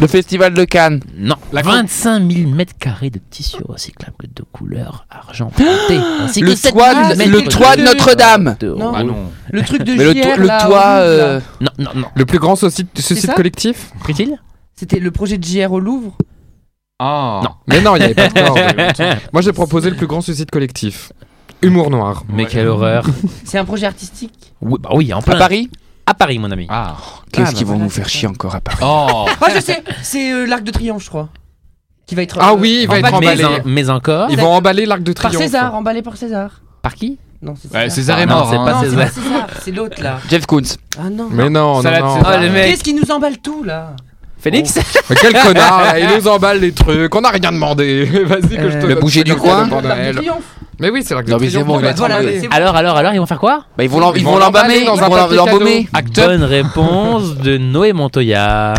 [SPEAKER 3] Le festival de Cannes.
[SPEAKER 1] non.
[SPEAKER 4] La con-
[SPEAKER 1] 25 000 mètres carrés de tissu recyclable de couleur argent bleuté ainsi
[SPEAKER 3] Le
[SPEAKER 1] que 7
[SPEAKER 3] toit
[SPEAKER 1] 000
[SPEAKER 3] de-
[SPEAKER 1] mètres
[SPEAKER 3] le toit de Notre-Dame.
[SPEAKER 1] de-
[SPEAKER 5] Non.
[SPEAKER 4] Bah non.
[SPEAKER 5] Le truc de
[SPEAKER 3] Mais le, to-
[SPEAKER 5] JR,
[SPEAKER 3] le
[SPEAKER 5] là,
[SPEAKER 3] toit.
[SPEAKER 5] horrible, là.
[SPEAKER 3] euh,
[SPEAKER 1] Non, non, non.
[SPEAKER 2] Le plus grand suicide, suicide
[SPEAKER 5] ça
[SPEAKER 2] collectif
[SPEAKER 1] Prit-il
[SPEAKER 5] C'était le projet de JR au Louvre.
[SPEAKER 4] Ah.
[SPEAKER 1] Non.
[SPEAKER 2] Mais non, il n'y avait pas de corde. Moi, j'ai proposé le plus grand suicide collectif. Humour noir.
[SPEAKER 1] Mais
[SPEAKER 4] Ouais.
[SPEAKER 1] quelle horreur.
[SPEAKER 5] C'est un projet artistique.
[SPEAKER 1] Oui, bah oui, en
[SPEAKER 3] à
[SPEAKER 1] plein.
[SPEAKER 3] Paris
[SPEAKER 1] à Paris, mon ami.
[SPEAKER 4] Ah.
[SPEAKER 3] Qu'est-ce
[SPEAKER 5] Ah, bah
[SPEAKER 3] qu'ils vont
[SPEAKER 5] voilà,
[SPEAKER 3] nous faire
[SPEAKER 5] c'est
[SPEAKER 3] chier encore à Paris
[SPEAKER 4] Oh.
[SPEAKER 5] Ah, je sais, c'est euh, l'Arc de Triomphe, je crois. Qui va être.
[SPEAKER 2] Ah
[SPEAKER 5] euh,
[SPEAKER 2] oui, il va être
[SPEAKER 5] pas de
[SPEAKER 1] mais,
[SPEAKER 2] emballé.
[SPEAKER 1] en- mais encore.
[SPEAKER 2] Ils vont emballer l'arc de
[SPEAKER 5] Par
[SPEAKER 2] triomphe.
[SPEAKER 5] César, emballé par César.
[SPEAKER 1] Par qui
[SPEAKER 5] Non, c'est
[SPEAKER 4] Ouais,
[SPEAKER 5] César.
[SPEAKER 4] César est
[SPEAKER 1] Non,
[SPEAKER 4] mort.
[SPEAKER 1] c'est
[SPEAKER 4] hein.
[SPEAKER 1] pas
[SPEAKER 3] Ah,
[SPEAKER 5] non, c'est
[SPEAKER 1] César.
[SPEAKER 5] pas César, c'est l'autre là.
[SPEAKER 3] Jeff Koons.
[SPEAKER 5] Ah non.
[SPEAKER 2] Mais non, non,
[SPEAKER 4] Salade
[SPEAKER 2] non.
[SPEAKER 4] César.
[SPEAKER 1] Oh le mec.
[SPEAKER 5] Qu'est-ce qui nous emballe tout là
[SPEAKER 1] Félix
[SPEAKER 2] Mais quel connard, là, il nous emballe les trucs, on n'a rien demandé. Vas-y que je
[SPEAKER 5] Euh,
[SPEAKER 2] te
[SPEAKER 5] le
[SPEAKER 2] donne
[SPEAKER 3] bouger
[SPEAKER 2] ce
[SPEAKER 3] du
[SPEAKER 2] que
[SPEAKER 3] coin.
[SPEAKER 2] je te demande à
[SPEAKER 5] L'Arc de
[SPEAKER 2] elle.
[SPEAKER 5] Triomphe.
[SPEAKER 2] Mais oui, c'est l'arc de
[SPEAKER 3] Non, mais c'est
[SPEAKER 2] triomphe.
[SPEAKER 3] bon, il va être
[SPEAKER 5] Voilà,
[SPEAKER 3] emballé.
[SPEAKER 5] c'est bon.
[SPEAKER 1] Alors, alors, alors, Oh, ils vont faire quoi
[SPEAKER 3] Bah, ils vont l'em-
[SPEAKER 2] Ils
[SPEAKER 3] ils
[SPEAKER 2] vont
[SPEAKER 3] vont l'embammer, ils
[SPEAKER 2] l'emballer dans un
[SPEAKER 3] vont
[SPEAKER 2] papier
[SPEAKER 3] l'embaumer.
[SPEAKER 4] Acteur.
[SPEAKER 1] Bonne réponse de Noé Montoya.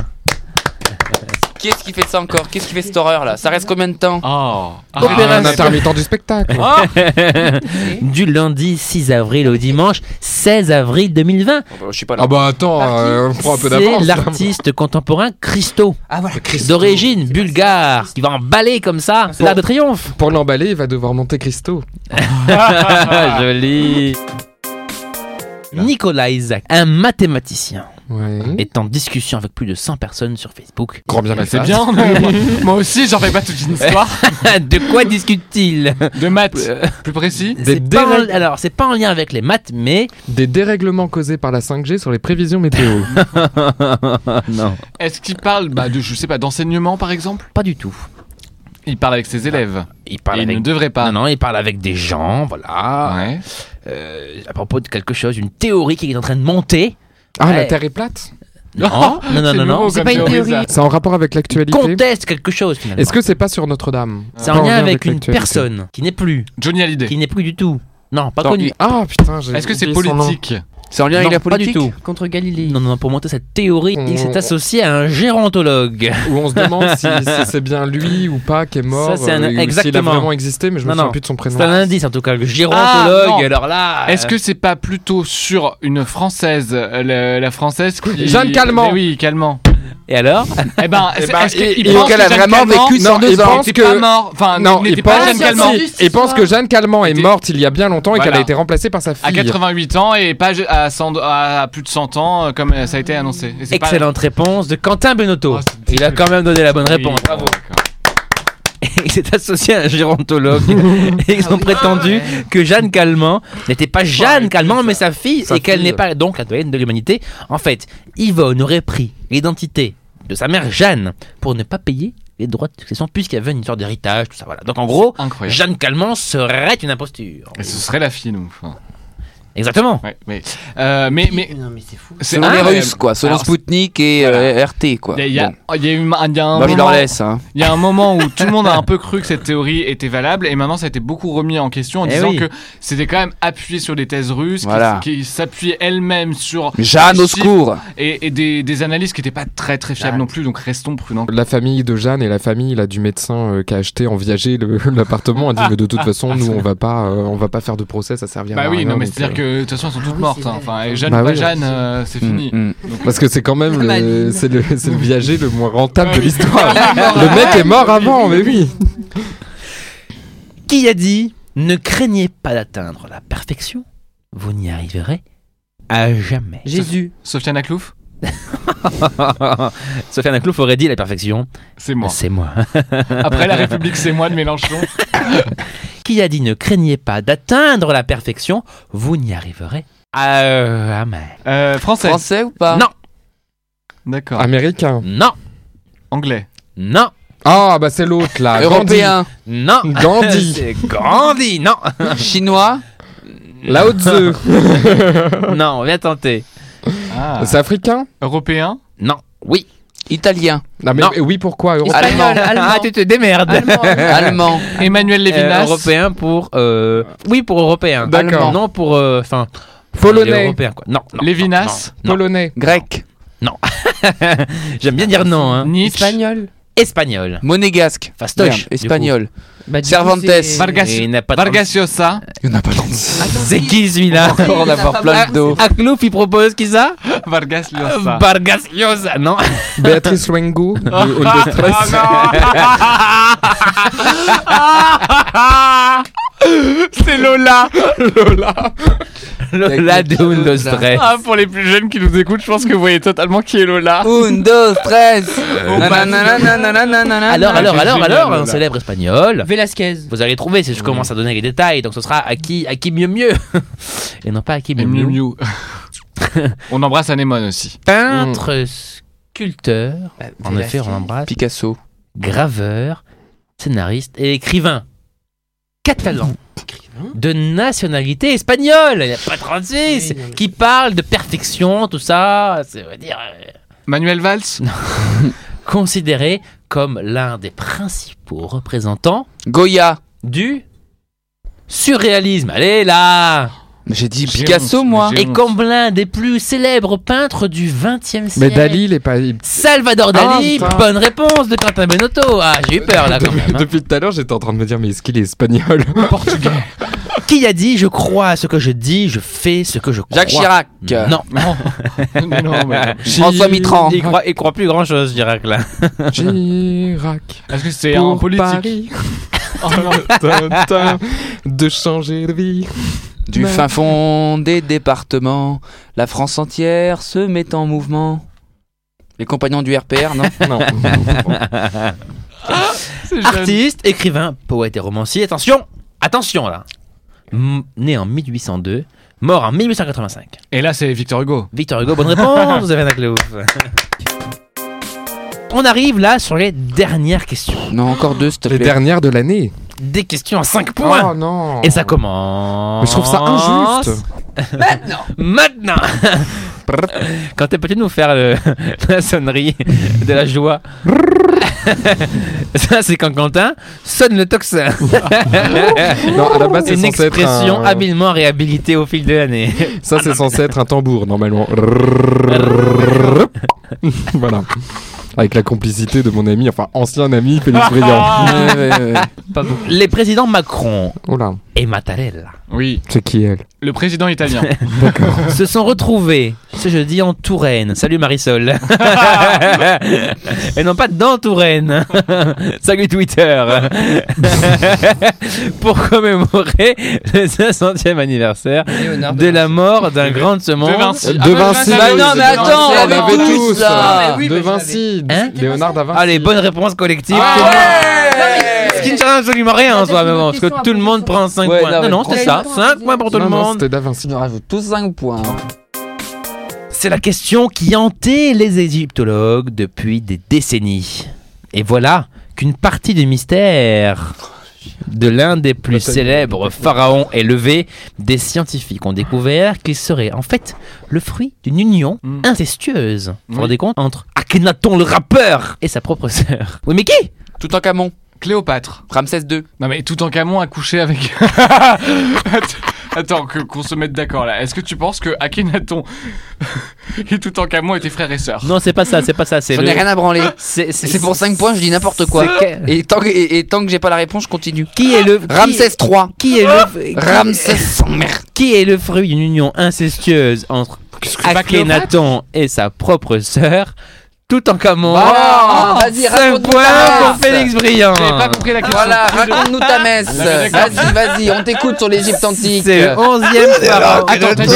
[SPEAKER 3] Qu'est-ce qui fait ça encore Qu'est-ce qui fait cette horreur là Ça reste combien de temps
[SPEAKER 4] Oh. Ah.
[SPEAKER 2] Ah, un intermittent du spectacle.
[SPEAKER 1] Ah, du lundi 6 avril au dimanche 16 avril 2020.
[SPEAKER 3] Oh, bah, Je suis pas là.
[SPEAKER 2] Ah bah attends, euh, on prend un peu
[SPEAKER 1] C'est
[SPEAKER 2] d'avance.
[SPEAKER 1] l'artiste contemporain Christo,
[SPEAKER 5] Ah voilà.
[SPEAKER 1] d'origine bulgare, qui va emballer comme ça
[SPEAKER 2] Bon.
[SPEAKER 1] l'art de triomphe.
[SPEAKER 2] Pour l'emballer, il va devoir monter Christo.
[SPEAKER 1] Joli. Nicolas Isaac, un mathématicien,
[SPEAKER 2] Ouais.
[SPEAKER 1] est en discussion avec plus de 100 personnes sur Facebook.
[SPEAKER 2] Grand bien
[SPEAKER 4] Bah,
[SPEAKER 2] mal
[SPEAKER 4] c'est
[SPEAKER 2] fasse.
[SPEAKER 4] bien. mais Moi aussi, j'en fais pas toute une histoire.
[SPEAKER 1] de quoi discute-t-il
[SPEAKER 4] De maths. Plus précis.
[SPEAKER 1] C'est
[SPEAKER 2] Des
[SPEAKER 1] pas en-
[SPEAKER 2] dérègles.
[SPEAKER 1] Alors, c'est pas en lien avec les maths, mais.
[SPEAKER 2] Des dérèglements causés par la 5G sur les prévisions météo.
[SPEAKER 1] non.
[SPEAKER 4] Est-ce qu'il parle bah, de, je sais pas, d'enseignement par exemple
[SPEAKER 1] Pas du tout.
[SPEAKER 4] Il parle avec ses élèves.
[SPEAKER 1] Il
[SPEAKER 4] Et
[SPEAKER 1] parle
[SPEAKER 4] il
[SPEAKER 1] avec
[SPEAKER 4] ne devrait pas.
[SPEAKER 1] Non, non, il parle avec des gens, voilà,
[SPEAKER 4] Ouais.
[SPEAKER 1] euh, à propos de quelque chose, une théorie qui est en train de monter.
[SPEAKER 2] Ah, la
[SPEAKER 1] Ouais.
[SPEAKER 2] Terre est plate
[SPEAKER 1] Non, non, non,
[SPEAKER 4] Ah, C'est
[SPEAKER 1] non,
[SPEAKER 4] nouveau
[SPEAKER 1] non,
[SPEAKER 4] comme
[SPEAKER 1] c'est pas une
[SPEAKER 4] théorie,
[SPEAKER 1] théorie.
[SPEAKER 4] ça.
[SPEAKER 2] C'est en rapport avec l'actualité
[SPEAKER 1] Conteste quelque chose finalement.
[SPEAKER 2] Est-ce que Ah, c'est pas sur Notre-Dame
[SPEAKER 1] C'est
[SPEAKER 2] Pas
[SPEAKER 1] en lien avec une
[SPEAKER 2] l'actualité.
[SPEAKER 1] personne qui n'est plus,
[SPEAKER 4] Johnny
[SPEAKER 1] qui
[SPEAKER 4] Hallyday.
[SPEAKER 1] n'est plus du tout. Non, pas
[SPEAKER 3] Attends,
[SPEAKER 1] connue.
[SPEAKER 2] Ah putain, j'ai
[SPEAKER 4] Est-ce que c'est
[SPEAKER 2] oublié son nom.
[SPEAKER 4] politique
[SPEAKER 3] C'est en lien
[SPEAKER 1] Non,
[SPEAKER 3] avec la
[SPEAKER 1] pas du
[SPEAKER 3] politique
[SPEAKER 1] tout.
[SPEAKER 5] Contre Galilée.
[SPEAKER 1] Non, non, non, pour monter cette théorie, il s'est associé à un gérontologue.
[SPEAKER 2] Où on se demande si, si c'est bien lui ou pas qui est
[SPEAKER 1] Ça,
[SPEAKER 2] mort.
[SPEAKER 1] c'est un-
[SPEAKER 2] euh, ou S'il a
[SPEAKER 1] exactement.
[SPEAKER 2] vraiment existé, mais je me
[SPEAKER 1] Non,
[SPEAKER 2] souviens
[SPEAKER 1] non.
[SPEAKER 2] plus de son prénom.
[SPEAKER 1] C'est un indice en tout cas, le
[SPEAKER 4] Ah,
[SPEAKER 1] gérontologue.
[SPEAKER 4] non.
[SPEAKER 1] alors là.
[SPEAKER 4] Est-ce
[SPEAKER 1] euh,
[SPEAKER 4] que c'est pas plutôt sur une française, euh, la, la française qui...
[SPEAKER 2] Jeanne Calment.
[SPEAKER 4] Mais oui, Calment.
[SPEAKER 1] Et alors
[SPEAKER 4] Eh ben, c'est-
[SPEAKER 2] ben,
[SPEAKER 4] est-ce qu'il
[SPEAKER 2] et-
[SPEAKER 4] pense
[SPEAKER 2] et qu'elle
[SPEAKER 4] que
[SPEAKER 2] a
[SPEAKER 4] Jeanne
[SPEAKER 3] vraiment
[SPEAKER 4] Calment
[SPEAKER 3] vécu
[SPEAKER 2] sans
[SPEAKER 4] non,
[SPEAKER 2] deux
[SPEAKER 4] il
[SPEAKER 2] ans.
[SPEAKER 4] pense
[SPEAKER 2] N'était
[SPEAKER 4] que...
[SPEAKER 2] pas
[SPEAKER 4] mort. Enfin,
[SPEAKER 2] Non, il
[SPEAKER 4] Ah, n'était pas
[SPEAKER 2] pense-
[SPEAKER 4] Jeanne
[SPEAKER 2] si,
[SPEAKER 4] Calment.
[SPEAKER 5] si.
[SPEAKER 2] Et pense que Jeanne Calment est
[SPEAKER 4] Était-
[SPEAKER 2] morte il y a bien longtemps et qu'elle
[SPEAKER 4] Voilà.
[SPEAKER 2] a été remplacée par sa
[SPEAKER 4] À
[SPEAKER 2] fille.
[SPEAKER 4] 88 ans et pas je- à, 100 à plus de 100 ans, euh, comme euh, ça a été annoncé. Et c'est pas-
[SPEAKER 1] Excellente réponse de Quentin Benotto.
[SPEAKER 4] Oh, c'est-
[SPEAKER 1] il a quand même donné la bonne
[SPEAKER 4] Oui,
[SPEAKER 1] réponse.
[SPEAKER 4] bravo.
[SPEAKER 1] Il s'est associé à un gérontologue et
[SPEAKER 2] Ah
[SPEAKER 1] ils ont prétendu que Jeanne Calment n'était pas Jeanne Calment mais sa fille
[SPEAKER 2] Sa
[SPEAKER 1] et qu'elle
[SPEAKER 2] fille.
[SPEAKER 1] n'est pas donc la doyenne de l'humanité. En fait, Yvonne aurait pris l'identité de sa mère Jeanne pour ne pas payer les droits de succession puisqu'il y avait une sorte d'héritage, tout ça. Voilà. Donc en gros,
[SPEAKER 4] Incroyable.
[SPEAKER 1] Jeanne Calment serait une imposture.
[SPEAKER 4] Et ce serait la fille, donc. enfin,
[SPEAKER 1] Exactement.
[SPEAKER 4] ouais, mais, euh, mais, mais
[SPEAKER 5] Non mais c'est fou.
[SPEAKER 4] c'est
[SPEAKER 3] Selon les
[SPEAKER 4] incroyable.
[SPEAKER 3] Russes quoi, selon
[SPEAKER 4] Alors,
[SPEAKER 3] Spoutnik et euh, RT quoi.
[SPEAKER 4] Il y a- il y a,
[SPEAKER 3] Bon.
[SPEAKER 4] il y a eu un- il y a un
[SPEAKER 3] Moi je leur
[SPEAKER 4] moment-
[SPEAKER 3] laisse. hein.
[SPEAKER 4] il y a un moment où tout le monde a un peu cru que cette théorie était valable et maintenant ça a été beaucoup remis en question en
[SPEAKER 1] Eh
[SPEAKER 4] disant
[SPEAKER 1] oui.
[SPEAKER 4] que c'était quand même appuyé sur des thèses russes qui-
[SPEAKER 3] Voilà.
[SPEAKER 4] qui, s'appuyaient elles-mêmes sur
[SPEAKER 3] Jeanne au
[SPEAKER 4] Si.
[SPEAKER 3] secours
[SPEAKER 4] et, et des, des analyses qui n'étaient pas très très fiables non plus donc restons prudents.
[SPEAKER 2] La famille de Jeanne et la famille là, du médecin euh, qui a acheté en viager le- l'appartement a dit que de toute façon nous on va pas euh, on va pas faire de procès ça servira à
[SPEAKER 4] Bah
[SPEAKER 2] rien.
[SPEAKER 4] oui non mais
[SPEAKER 2] donc,
[SPEAKER 4] c'est à dire
[SPEAKER 2] euh,
[SPEAKER 4] que de toute façon elles sont
[SPEAKER 5] Ah
[SPEAKER 4] toutes
[SPEAKER 5] oui,
[SPEAKER 4] mortes
[SPEAKER 5] c'est
[SPEAKER 4] hein.
[SPEAKER 5] vrai.
[SPEAKER 4] enfin et Jeanne
[SPEAKER 2] Bah
[SPEAKER 4] pas
[SPEAKER 2] oui.
[SPEAKER 4] Jeanne euh, c'est fini.
[SPEAKER 3] Mm, mm.
[SPEAKER 2] parce que c'est quand même
[SPEAKER 5] Ma
[SPEAKER 2] le
[SPEAKER 5] vie.
[SPEAKER 2] c'est le, c'est le viager le moins rentable de
[SPEAKER 4] Ouais.
[SPEAKER 2] l'histoire. le mec est mort avant mais oui.
[SPEAKER 1] Qui a dit ne craignez pas d'atteindre la perfection, vous n'y arriverez à jamais.
[SPEAKER 5] Jésus.
[SPEAKER 4] Sofiane Aklouf
[SPEAKER 1] Sofiane Aclouf aurait dit la perfection,
[SPEAKER 4] c'est moi.
[SPEAKER 1] c'est moi.
[SPEAKER 4] Après la République c'est moi de Mélenchon.
[SPEAKER 1] qui a dit ne craignez pas d'atteindre la perfection, vous n'y arriverez. Ah, euh, ah, mais-
[SPEAKER 4] Euh, français.
[SPEAKER 1] Ah.
[SPEAKER 3] Français ou pas
[SPEAKER 1] Non.
[SPEAKER 4] D'accord.
[SPEAKER 2] Ah. Américain.
[SPEAKER 1] Non,
[SPEAKER 4] Anglais.
[SPEAKER 1] non,
[SPEAKER 2] Ah, bah c'est l'autre là.
[SPEAKER 3] Européen,
[SPEAKER 1] non.
[SPEAKER 2] Gandhi.
[SPEAKER 1] C'est Gandhi, non.
[SPEAKER 3] chinois,
[SPEAKER 2] Lao Tzu.
[SPEAKER 1] Non, on vient tenter.
[SPEAKER 4] Ah.
[SPEAKER 2] C'est africain
[SPEAKER 4] Européen.
[SPEAKER 1] Non, oui,
[SPEAKER 3] italien,
[SPEAKER 2] Non, mais
[SPEAKER 1] Non.
[SPEAKER 2] mais oui, pourquoi Euro-
[SPEAKER 3] Allemand.
[SPEAKER 5] allemand.
[SPEAKER 1] Ah, tu te démerdes.
[SPEAKER 5] Allemand, allemand.
[SPEAKER 3] allemand,
[SPEAKER 4] Emmanuel
[SPEAKER 1] Euh,
[SPEAKER 4] Lévinas.
[SPEAKER 1] européen pour. euh, Oui, pour européen.
[SPEAKER 2] D'accord.
[SPEAKER 1] Non, pour. euh, Enfin. euh,
[SPEAKER 2] Polonais.
[SPEAKER 1] Européen, quoi. Non. non,
[SPEAKER 4] Lévinas.
[SPEAKER 1] non, non.
[SPEAKER 2] Polonais.
[SPEAKER 3] grec,
[SPEAKER 1] J'aime bien dire non. Hein.
[SPEAKER 4] Nietzsche.
[SPEAKER 5] Espagnol.
[SPEAKER 1] Espagnol.
[SPEAKER 3] monégasque,
[SPEAKER 1] Fastoche,
[SPEAKER 3] Merde,
[SPEAKER 1] du
[SPEAKER 3] espagnol,
[SPEAKER 5] Bah, du coup,
[SPEAKER 3] Cervantes.
[SPEAKER 5] c'est-
[SPEAKER 4] Vargas.
[SPEAKER 1] Et il n'a pas de-
[SPEAKER 4] Vargas Llosa.
[SPEAKER 3] il n'y en a pas tant.
[SPEAKER 1] C'est qui celui-là
[SPEAKER 3] Encore en
[SPEAKER 5] Il y en a
[SPEAKER 3] avoir
[SPEAKER 5] pas
[SPEAKER 3] plein d'eau.
[SPEAKER 7] Ah,
[SPEAKER 1] Aklouf, il propose qui ça
[SPEAKER 4] Vargas
[SPEAKER 1] Euh, bah-
[SPEAKER 4] Llosa.
[SPEAKER 1] Vargas Llosa, non
[SPEAKER 2] Béatrice Luengo. du Hall de Stress.
[SPEAKER 1] Ah,
[SPEAKER 4] C'est Lola.
[SPEAKER 1] Lola de Windows 13.
[SPEAKER 4] Ah, pour les plus jeunes qui nous écoutent, je pense que vous voyez totalement qui est Lola.
[SPEAKER 3] Un, deux, tres.
[SPEAKER 1] Alors,
[SPEAKER 4] Ah,
[SPEAKER 1] alors,
[SPEAKER 4] c'est
[SPEAKER 1] alors,
[SPEAKER 4] génial,
[SPEAKER 1] alors,
[SPEAKER 4] Lola.
[SPEAKER 1] un célèbre espagnol.
[SPEAKER 5] Velasquez.
[SPEAKER 1] Vous allez trouver si je commence à donner les détails, donc ce sera à qui, à qui mieux mieux. Et non pas à qui mieux mieux.
[SPEAKER 4] On embrasse Anémone aussi.
[SPEAKER 2] Ah,
[SPEAKER 1] Peintre, sculpteur, en effet, on l'embrasse,
[SPEAKER 3] Picasso,
[SPEAKER 1] graveur, scénariste et écrivain. Catalan. De nationalité espagnole, il n'y a pas 36,
[SPEAKER 7] Oui, non, mais-
[SPEAKER 1] qui parle de perfection, tout ça, c'est on va dire, euh,
[SPEAKER 4] Manuel Valls.
[SPEAKER 1] considéré comme l'un des principaux représentants
[SPEAKER 3] Goya.
[SPEAKER 1] du surréalisme. Allez là
[SPEAKER 3] Mais J'ai dit
[SPEAKER 4] J'ai
[SPEAKER 3] Picasso
[SPEAKER 4] honte,
[SPEAKER 3] moi.
[SPEAKER 4] j'ai
[SPEAKER 1] Et
[SPEAKER 4] honte.
[SPEAKER 1] comme l'un des plus célèbres peintres du XXe siècle.
[SPEAKER 2] Mais Dali, il est pas. il-
[SPEAKER 1] Salvador Dali, bonne réponse de Quentin Benotto. Ah, j'ai eu peur là quand
[SPEAKER 2] Depuis,
[SPEAKER 1] même. hein.
[SPEAKER 2] depuis tout à l'heure, j'étais en train de me dire, mais est-ce qu'il est espagnol
[SPEAKER 1] Qui a dit je crois à ce que je dis, je fais ce que je crois Hmm.
[SPEAKER 3] Jacques Chirac.
[SPEAKER 1] Non,
[SPEAKER 4] non, mais...
[SPEAKER 3] François Mitterrand.
[SPEAKER 1] il croit, il croit plus grand chose, Chirac là.
[SPEAKER 2] Chirac.
[SPEAKER 4] Est-ce que c'est un
[SPEAKER 2] Pour
[SPEAKER 4] politique
[SPEAKER 2] Paris.
[SPEAKER 4] Oh, non.
[SPEAKER 2] Tintin, de changer de vie.
[SPEAKER 1] Bah.
[SPEAKER 3] Du fin fond des départements, la France entière se met en mouvement. Les compagnons du RPR, non
[SPEAKER 2] Non.
[SPEAKER 4] C'est jeune.
[SPEAKER 1] Artiste, écrivain, poète et romancier. Attention, attention là. M- né en 1802, mort en 1885.
[SPEAKER 4] Et là, c'est Victor Hugo.
[SPEAKER 1] Victor Hugo, bonne réponse, vous avez un clé ouf. On arrive là sur les dernières questions.
[SPEAKER 3] Non, encore deux, s'il te
[SPEAKER 2] Les
[SPEAKER 3] plaît.
[SPEAKER 2] dernières de l'année.
[SPEAKER 1] Des questions à 5 points.
[SPEAKER 2] Oh non.
[SPEAKER 1] Et ça commence.
[SPEAKER 2] Mais je trouve ça injuste.
[SPEAKER 1] Maintenant Quand t'es peux-tu nous faire le- la sonnerie de la joie Ça, c'est quand Quentin sonne le tocsin.
[SPEAKER 2] Non, à la base, c'est
[SPEAKER 1] Une
[SPEAKER 2] censé être
[SPEAKER 1] expression
[SPEAKER 2] un-
[SPEAKER 1] habilement réhabilitée au fil de l'année.
[SPEAKER 2] Ça, c'est censé être un tambour, normalement. voilà. Avec la complicité de mon ami, enfin ancien ami, Félix Briand.
[SPEAKER 3] Ouais, ouais, ouais, ouais.
[SPEAKER 1] Les présidents Macron
[SPEAKER 2] Oula,
[SPEAKER 1] et Mattarella
[SPEAKER 4] Oui.
[SPEAKER 2] c'est qui elle
[SPEAKER 4] Le président italien.
[SPEAKER 1] se sont retrouvés ce jeudi en Touraine. Salut Marisol. et non pas dans Touraine. Salut Twitter. Pour commémorer le 500e anniversaire
[SPEAKER 5] Ah,
[SPEAKER 7] Léonard
[SPEAKER 1] de la mort d'un grand de ce monde.
[SPEAKER 4] De Vinci.
[SPEAKER 2] Euh, De
[SPEAKER 4] Ah, bah,
[SPEAKER 2] Vinci.
[SPEAKER 4] je l'avais-
[SPEAKER 3] Mais non, mais attends,
[SPEAKER 2] On
[SPEAKER 3] on
[SPEAKER 2] l'avait
[SPEAKER 3] l'avait tous,
[SPEAKER 2] tous
[SPEAKER 3] ça.
[SPEAKER 2] euh,
[SPEAKER 7] Ah, Mais oui,
[SPEAKER 2] De
[SPEAKER 7] mais je
[SPEAKER 2] Vinci
[SPEAKER 1] Hein
[SPEAKER 2] Léonard da Vinci
[SPEAKER 1] Allez, bonne réponse collective. Ce qui ne change absolument rien en soi, mais bon, parce que tout le monde prend 5
[SPEAKER 3] Ouais,
[SPEAKER 1] points.
[SPEAKER 3] non,
[SPEAKER 1] Non,
[SPEAKER 3] mais
[SPEAKER 1] non, c'est ça.
[SPEAKER 5] prends-
[SPEAKER 1] 5 points pour tout le
[SPEAKER 2] Non, non,
[SPEAKER 1] monde.
[SPEAKER 2] c'était da Vinci.
[SPEAKER 3] Il nous rajoute tous 5 points. hein.
[SPEAKER 1] C'est la question qui hantait les égyptologues depuis des décennies. Et voilà qu'une partie du mystère de l'un des plus célèbres pharaons élevés, des scientifiques ont découvert qu'il serait en fait le fruit d'une union
[SPEAKER 4] Mm.
[SPEAKER 1] incestueuse. Vous vous
[SPEAKER 4] Oui.
[SPEAKER 1] rendez compte Entre Akhenaton le rappeur et sa propre sœur. Oui, mais qui
[SPEAKER 3] Tout en Camon,
[SPEAKER 4] Cléopâtre.
[SPEAKER 3] Ramsès II.
[SPEAKER 4] Non, mais tout en Camon a couché avec. Attends, que- qu'on se mette d'accord là. Est-ce que tu penses que Akhenaton et tout en Camon étaient frères et sœurs
[SPEAKER 1] Non, c'est pas ça, c'est pas ça. C'est
[SPEAKER 3] J'en
[SPEAKER 1] le- Ah.
[SPEAKER 3] ai rien à branler.
[SPEAKER 1] C'est
[SPEAKER 3] C'est pour 5 points, je dis n'importe quoi.
[SPEAKER 1] c'est que-
[SPEAKER 3] Et tant que, et, et tant que j'ai pas la réponse, je continue.
[SPEAKER 1] Qui est le qui-
[SPEAKER 3] Ramsès III.
[SPEAKER 1] Qui est le
[SPEAKER 3] Ramsès sans merde.
[SPEAKER 1] qui est le fruit d'une union incestueuse entre Akhenaton et sa propre sœur, tout en camon.
[SPEAKER 3] Voilà. Oh, Vas-y,
[SPEAKER 1] 5
[SPEAKER 3] raconte-nous ta
[SPEAKER 1] points pour
[SPEAKER 3] messe.
[SPEAKER 1] Félix Briand.
[SPEAKER 4] J'avais pas compris la question.
[SPEAKER 3] Voilà, raconte-nous ta messe.
[SPEAKER 4] mais d'accord.
[SPEAKER 3] Vas-y, vas-y, on t'écoute sur l'Égypte antique.
[SPEAKER 1] Ah, C'est le 11e pharaon.
[SPEAKER 4] Attends, t'as dit-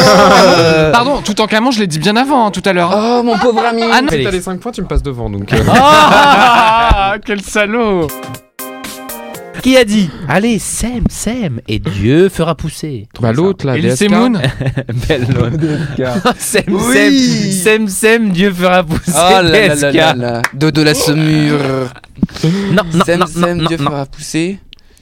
[SPEAKER 1] Euh,
[SPEAKER 4] Pardon, tout en Camon, je l'ai dit bien avant, hein, tout à l'heure.
[SPEAKER 3] Oh mon pauvre ami.
[SPEAKER 4] Ah, non.
[SPEAKER 2] Si t'as
[SPEAKER 1] Félix.
[SPEAKER 2] les Ah, 5 points, tu me passes devant donc. euh,
[SPEAKER 4] Ah, quel salaud
[SPEAKER 1] qui a dit Allez, sème, sème, et Dieu fera pousser.
[SPEAKER 2] Bah l'autre là,
[SPEAKER 4] Elise
[SPEAKER 2] DSK.
[SPEAKER 4] Moon
[SPEAKER 1] Belle loi. Sème,
[SPEAKER 3] Oui.
[SPEAKER 1] sème, sème, sème, Dieu fera pousser.
[SPEAKER 3] Oh là là
[SPEAKER 1] DSK.
[SPEAKER 3] là là là. Dodo la saumure.
[SPEAKER 1] Non, non,
[SPEAKER 3] Sem
[SPEAKER 1] non, non,
[SPEAKER 3] Sem,
[SPEAKER 1] non,
[SPEAKER 3] Dieu
[SPEAKER 1] non.
[SPEAKER 3] fera pousser.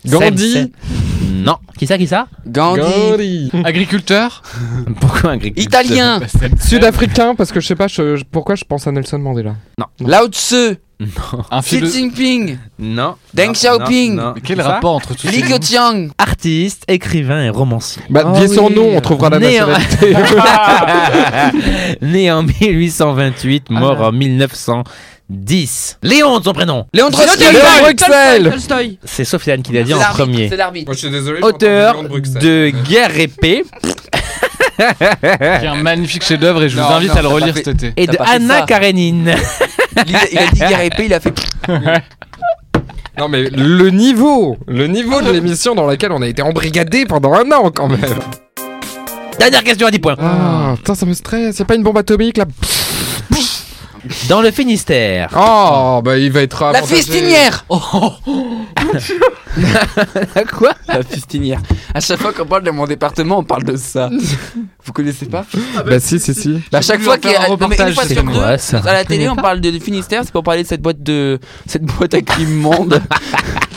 [SPEAKER 2] Gandhi.
[SPEAKER 1] Sem, Sem. Non. Qui ça, qui ça
[SPEAKER 3] Gandhi.
[SPEAKER 2] Gandhi.
[SPEAKER 4] Agriculteur
[SPEAKER 1] Pourquoi un grec
[SPEAKER 3] Italien.
[SPEAKER 4] Bah, c'est-
[SPEAKER 2] Sud-africain, parce que je sais pas je- je- pourquoi je pense à Nelson Mandela.
[SPEAKER 3] Lao Tse.
[SPEAKER 4] Un
[SPEAKER 3] Xi
[SPEAKER 4] philo-
[SPEAKER 3] Jinping.
[SPEAKER 1] Non.
[SPEAKER 3] Deng
[SPEAKER 1] Non,
[SPEAKER 3] Xiaoping.
[SPEAKER 1] non, non.
[SPEAKER 4] Mais Quel
[SPEAKER 1] Qui ça
[SPEAKER 4] rapport entre tout
[SPEAKER 3] Li Keqiang.
[SPEAKER 1] Artiste, écrivain et romancier.
[SPEAKER 2] Bah,
[SPEAKER 5] Ah
[SPEAKER 2] dis son
[SPEAKER 5] oui.
[SPEAKER 2] nom, on trouvera la
[SPEAKER 1] Né en-
[SPEAKER 2] nationalité.
[SPEAKER 1] né en 1828, mort en 1910. Léon, de son prénom.
[SPEAKER 3] Léon
[SPEAKER 2] Léon
[SPEAKER 3] Trotsky.
[SPEAKER 2] Bruxelles.
[SPEAKER 5] Tolstoy
[SPEAKER 1] C'est Sofiane qui l'a dit en
[SPEAKER 3] L'arbitre,
[SPEAKER 1] premier.
[SPEAKER 3] C'est l'arbitre.
[SPEAKER 7] Moi, je suis désolé.
[SPEAKER 1] Auteur de Guerre épée
[SPEAKER 4] Qui est un magnifique chef-d'œuvre et je vous
[SPEAKER 3] Non,
[SPEAKER 4] invite
[SPEAKER 3] non,
[SPEAKER 4] à le
[SPEAKER 3] t'as
[SPEAKER 4] relire
[SPEAKER 3] pas fait-
[SPEAKER 4] cet été.
[SPEAKER 1] et
[SPEAKER 3] T'as
[SPEAKER 1] de
[SPEAKER 3] pas fait
[SPEAKER 1] Anna
[SPEAKER 3] ça.
[SPEAKER 1] Karenine.
[SPEAKER 3] Il a- il a dit guerre épée, il a fait.
[SPEAKER 2] Non mais le niveau, le niveau de l'émission dans laquelle on a été embrigadé pendant un an quand même.
[SPEAKER 1] Dernière question à 10 points.
[SPEAKER 2] Ah, putain, ça me stresse. Y a pas une bombe atomique là
[SPEAKER 1] Dans le Finistère,
[SPEAKER 2] Oh, bah il va être
[SPEAKER 3] La
[SPEAKER 2] avantagé.
[SPEAKER 3] fistinière. Oh.
[SPEAKER 1] quoi
[SPEAKER 3] La fistinière. À chaque fois qu'on parle de mon département, on parle de ça. Vous connaissez pas
[SPEAKER 2] Bah si, si, si.
[SPEAKER 3] À chaque
[SPEAKER 4] plus
[SPEAKER 3] fois
[SPEAKER 4] en
[SPEAKER 3] qu'il y
[SPEAKER 4] faire
[SPEAKER 3] a
[SPEAKER 4] un
[SPEAKER 3] non, mais une
[SPEAKER 4] reportage,
[SPEAKER 3] fois
[SPEAKER 4] c'est
[SPEAKER 3] sur
[SPEAKER 4] quoi,
[SPEAKER 3] deux,
[SPEAKER 1] ça
[SPEAKER 3] à la télé, on parle de du Finistère, c'est pour parler de cette boîte de cette boîte à clim monde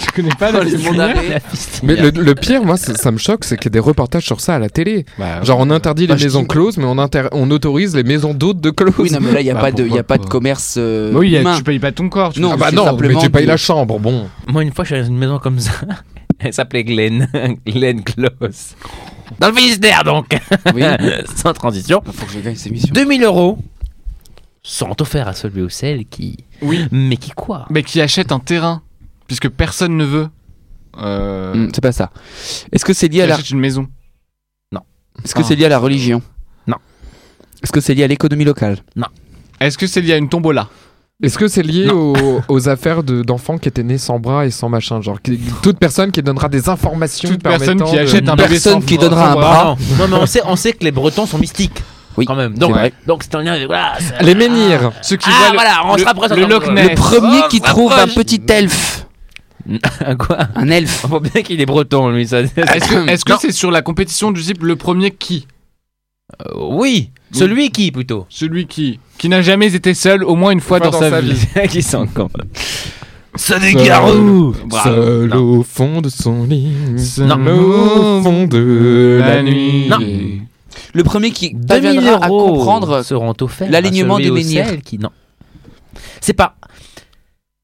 [SPEAKER 4] Je connais pas
[SPEAKER 3] dans les mondes arrêts.
[SPEAKER 1] La Finistère.
[SPEAKER 2] Mais le, le pire, moi, c'est- ça me choque, c'est qu'il y a des reportages sur ça à la télé.
[SPEAKER 1] Ah
[SPEAKER 2] Genre, on interdit les
[SPEAKER 3] Bah, je
[SPEAKER 2] maisons
[SPEAKER 3] kiffe.
[SPEAKER 2] closes, mais on, inter- on autorise les maisons d'hôtes de closes.
[SPEAKER 3] Oui, non, mais là, il n'y a
[SPEAKER 4] Bah,
[SPEAKER 3] pas de, il y a pas de
[SPEAKER 4] pourquoi
[SPEAKER 3] commerce euh,
[SPEAKER 4] Oui, y a-
[SPEAKER 3] humain.
[SPEAKER 4] tu payes pas ton corps. tu
[SPEAKER 3] Non,
[SPEAKER 2] ah
[SPEAKER 4] fais-
[SPEAKER 2] bah
[SPEAKER 3] c'est
[SPEAKER 2] non, mais
[SPEAKER 3] simplement
[SPEAKER 2] tu payes
[SPEAKER 3] des-
[SPEAKER 2] la chambre, bon.
[SPEAKER 1] Moi, une fois, je suis allé dans une maison comme ça. Elle s'appelait Glenn. Glenn Close. Dans le Finistère, donc.
[SPEAKER 3] Oui,
[SPEAKER 1] Sans transition.
[SPEAKER 3] faut que je gagne cette émission.
[SPEAKER 1] 2000 euros seront offerts à celui ou celle qui.
[SPEAKER 4] Oui.
[SPEAKER 1] Mais qui quoi
[SPEAKER 4] Mais qui achète un terrain, puisque personne ne veut. Euh,
[SPEAKER 3] Hmm, c'est pas ça. Est-ce que c'est lié
[SPEAKER 4] Qui
[SPEAKER 3] à la,
[SPEAKER 4] achète une maison.
[SPEAKER 3] est-ce que c'est lié à la religion
[SPEAKER 1] Non.
[SPEAKER 3] Est-ce que c'est lié à l'économie locale
[SPEAKER 4] Est-ce que c'est lié à une tombola
[SPEAKER 2] Est-ce que c'est lié aux, aux affaires de- d'enfants qui étaient nés sans bras et sans machin Genre, qui- toute personne qui donnera des informations
[SPEAKER 4] Toute personne
[SPEAKER 2] permettant
[SPEAKER 4] qui
[SPEAKER 2] de-
[SPEAKER 4] achète un bébé
[SPEAKER 3] Personne
[SPEAKER 4] sans
[SPEAKER 3] qui
[SPEAKER 4] bras-
[SPEAKER 3] donnera
[SPEAKER 4] sans
[SPEAKER 3] un
[SPEAKER 4] bras.
[SPEAKER 3] bras.
[SPEAKER 1] non, non, mais on sait, on sait que les Bretons sont mystiques.
[SPEAKER 3] Oui,
[SPEAKER 1] Quand même. Donc,
[SPEAKER 3] c'est vrai.
[SPEAKER 1] donc c'est en lien avec. Voilà, c'est-
[SPEAKER 2] Les menhirs
[SPEAKER 4] Ceux qui
[SPEAKER 1] Ah,
[SPEAKER 4] voient
[SPEAKER 1] voilà, on
[SPEAKER 4] le,
[SPEAKER 1] se rapproche
[SPEAKER 4] le
[SPEAKER 1] encore.
[SPEAKER 4] Loch
[SPEAKER 1] Le
[SPEAKER 4] Ness.
[SPEAKER 3] Le premier
[SPEAKER 1] Oh,
[SPEAKER 3] qui
[SPEAKER 1] ça
[SPEAKER 3] trouve un
[SPEAKER 1] approche.
[SPEAKER 3] petit elfe,
[SPEAKER 1] Ah, quoi
[SPEAKER 3] un elfe.
[SPEAKER 1] On voit bien qu'il est breton, lui. Ça.
[SPEAKER 4] Est-ce que est-ce que
[SPEAKER 1] Non.
[SPEAKER 4] c'est sur la compétition du type le premier qui
[SPEAKER 1] Euh, oui, celui qui plutôt
[SPEAKER 4] Celui qui qui n'a jamais été seul au moins une fois dans, sa vie.
[SPEAKER 1] Qui s'en compte C'est des
[SPEAKER 2] Seul.
[SPEAKER 1] garous
[SPEAKER 4] Ah,
[SPEAKER 1] Bravo.
[SPEAKER 2] Seul
[SPEAKER 1] Non.
[SPEAKER 2] au fond de son lit, seul
[SPEAKER 1] Non.
[SPEAKER 2] au fond de la nuit.
[SPEAKER 1] Non.
[SPEAKER 3] Le premier qui
[SPEAKER 1] 2000
[SPEAKER 3] parviendra
[SPEAKER 1] euros
[SPEAKER 3] à comprendre.
[SPEAKER 1] seront offerts
[SPEAKER 3] l'alignement
[SPEAKER 1] à celui
[SPEAKER 3] des
[SPEAKER 1] ou
[SPEAKER 3] menhirs.
[SPEAKER 1] celle Qui... Non. C'est pas.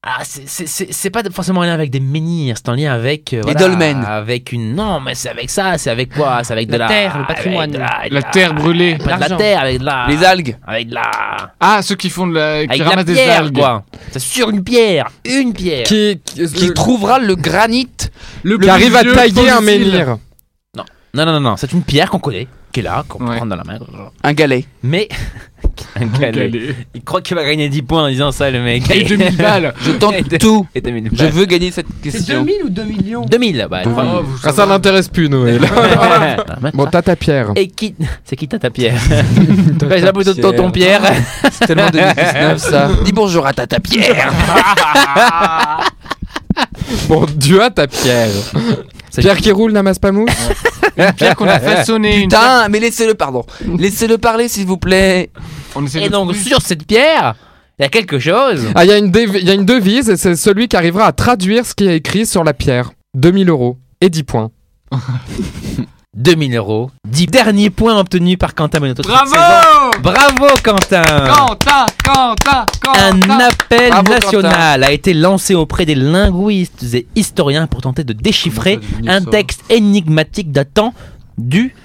[SPEAKER 1] Ah, c'est- c'est- c'est c'est pas forcément en lien avec des menhirs, c'est en lien avec. euh,
[SPEAKER 3] Les
[SPEAKER 1] voilà,
[SPEAKER 3] dolmens.
[SPEAKER 1] Avec une. Non, mais c'est avec ça, c'est avec quoi C'est avec
[SPEAKER 5] La
[SPEAKER 1] de la.
[SPEAKER 5] terre, le
[SPEAKER 1] avec
[SPEAKER 5] patrimoine.
[SPEAKER 1] de la,
[SPEAKER 4] La terre brûlée.
[SPEAKER 1] Pas de la
[SPEAKER 5] l'argent.
[SPEAKER 1] terre, avec de la.
[SPEAKER 3] Les algues.
[SPEAKER 1] Avec de la.
[SPEAKER 4] Ah, ceux qui font de la qui
[SPEAKER 1] Avec de la
[SPEAKER 4] ramassent des
[SPEAKER 1] pierre,
[SPEAKER 4] algues.
[SPEAKER 1] quoi. C'est sur une pierre. Une pierre.
[SPEAKER 2] Qui, qui-
[SPEAKER 3] Qui
[SPEAKER 2] le-
[SPEAKER 3] trouvera le granit
[SPEAKER 4] Le
[SPEAKER 2] qui
[SPEAKER 4] plus
[SPEAKER 2] arrive à
[SPEAKER 4] vieux
[SPEAKER 2] tailler un
[SPEAKER 4] fossile.
[SPEAKER 2] menhir.
[SPEAKER 1] Non, non, non, non, c'est une pierre qu'on connaît, qui est là, qu'on peut
[SPEAKER 4] Ouais.
[SPEAKER 1] prendre dans la main.
[SPEAKER 3] Un galet.
[SPEAKER 1] Mais. un galet.
[SPEAKER 4] Galé.
[SPEAKER 1] Il croit qu'il va gagner 10 points en disant ça, le mec.
[SPEAKER 4] Et 2000 balles.
[SPEAKER 3] Je tente
[SPEAKER 1] Et de-
[SPEAKER 3] tout.
[SPEAKER 1] Et 2000
[SPEAKER 3] Je
[SPEAKER 1] balles.
[SPEAKER 3] veux gagner cette
[SPEAKER 7] C'est
[SPEAKER 3] question.
[SPEAKER 7] 2000 ou 2 millions
[SPEAKER 1] 2000, bah.
[SPEAKER 4] Oh,
[SPEAKER 1] enfin,
[SPEAKER 4] vous
[SPEAKER 2] Ah, ça l'intéresse plus, Noël. bon, t'as ta pierre.
[SPEAKER 1] Et qui. C'est qui Tata Pierre C'est la plutôt Tonton Pierre.
[SPEAKER 3] C'est tellement 2019 ça. Dis bonjour à Tata Pierre.
[SPEAKER 2] Bon, Dieu à ta pierre.
[SPEAKER 1] C'est-
[SPEAKER 2] Pierre qui roule n'amasse pas mousse.
[SPEAKER 4] Une pierre qu'on a façonnée. une pierre-
[SPEAKER 3] Putain, mais laissez-le, pardon. Laissez-le parler s'il vous plaît.
[SPEAKER 4] On essaie
[SPEAKER 1] Et
[SPEAKER 4] de
[SPEAKER 1] donc,
[SPEAKER 4] trouver.
[SPEAKER 1] sur cette pierre, il y a quelque chose.
[SPEAKER 2] Ah, il y, a une dév- y a une devise et c'est celui qui arrivera à traduire ce qui est écrit sur la pierre. 2000 euros et 10 points.
[SPEAKER 1] 2000 euros. 10 derniers points obtenus par Quentin Menotot.
[SPEAKER 4] Bravo
[SPEAKER 1] Bravo, Quentin
[SPEAKER 4] Quentin, Quentin,
[SPEAKER 1] Un
[SPEAKER 4] Quentin.
[SPEAKER 1] appel
[SPEAKER 3] Bravo,
[SPEAKER 1] national a été lancé auprès des linguistes et historiens pour tenter de déchiffrer un texte énigmatique datant du,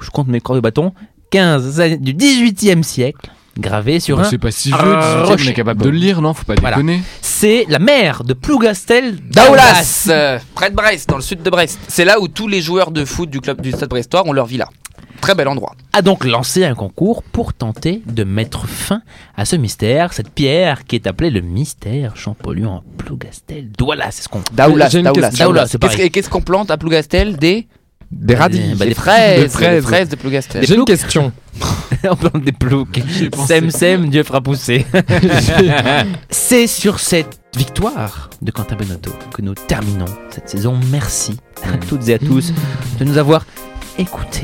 [SPEAKER 1] je compte mes corps de bâton, 15, du 18e siècle, gravé sur
[SPEAKER 4] Bah,
[SPEAKER 1] un.
[SPEAKER 4] C'est pas si
[SPEAKER 1] Ah,
[SPEAKER 4] vieux, 18 on
[SPEAKER 1] rocher.
[SPEAKER 4] est capable de le lire, non Faut pas
[SPEAKER 1] Voilà.
[SPEAKER 4] déconner.
[SPEAKER 1] C'est la mère de Plougastel
[SPEAKER 3] Daoulas, euh, près de Brest, dans le sud de Brest. C'est là où tous les joueurs de foot du club du Stade Brestois ont leur villa. Très bel endroit.
[SPEAKER 1] a donc lancé un concours pour tenter de mettre fin à ce mystère, cette pierre qui est appelée le mystère Champollion en Plougastel. Daoulas, c'est ce qu'on.
[SPEAKER 3] Daoulas,
[SPEAKER 2] J'ai une
[SPEAKER 3] Daoulas,
[SPEAKER 2] question.
[SPEAKER 1] Daoulas, c'est
[SPEAKER 3] Qu'est-ce que-
[SPEAKER 1] pareil.
[SPEAKER 3] Qu'est-ce qu'on plante à Plougastel Des,
[SPEAKER 2] Des radis.
[SPEAKER 1] Bah,
[SPEAKER 3] des
[SPEAKER 1] des
[SPEAKER 3] fraises,
[SPEAKER 2] des fraises.
[SPEAKER 3] des fraises de Plougastel.
[SPEAKER 2] J'ai une question.
[SPEAKER 1] en parlant des ploucs. Sem Sem, Dieu fera pousser. C'est sur cette victoire de Quentin Benotto que nous terminons cette saison. Merci à
[SPEAKER 2] Mm.
[SPEAKER 1] toutes et à tous de nous avoir écoutés.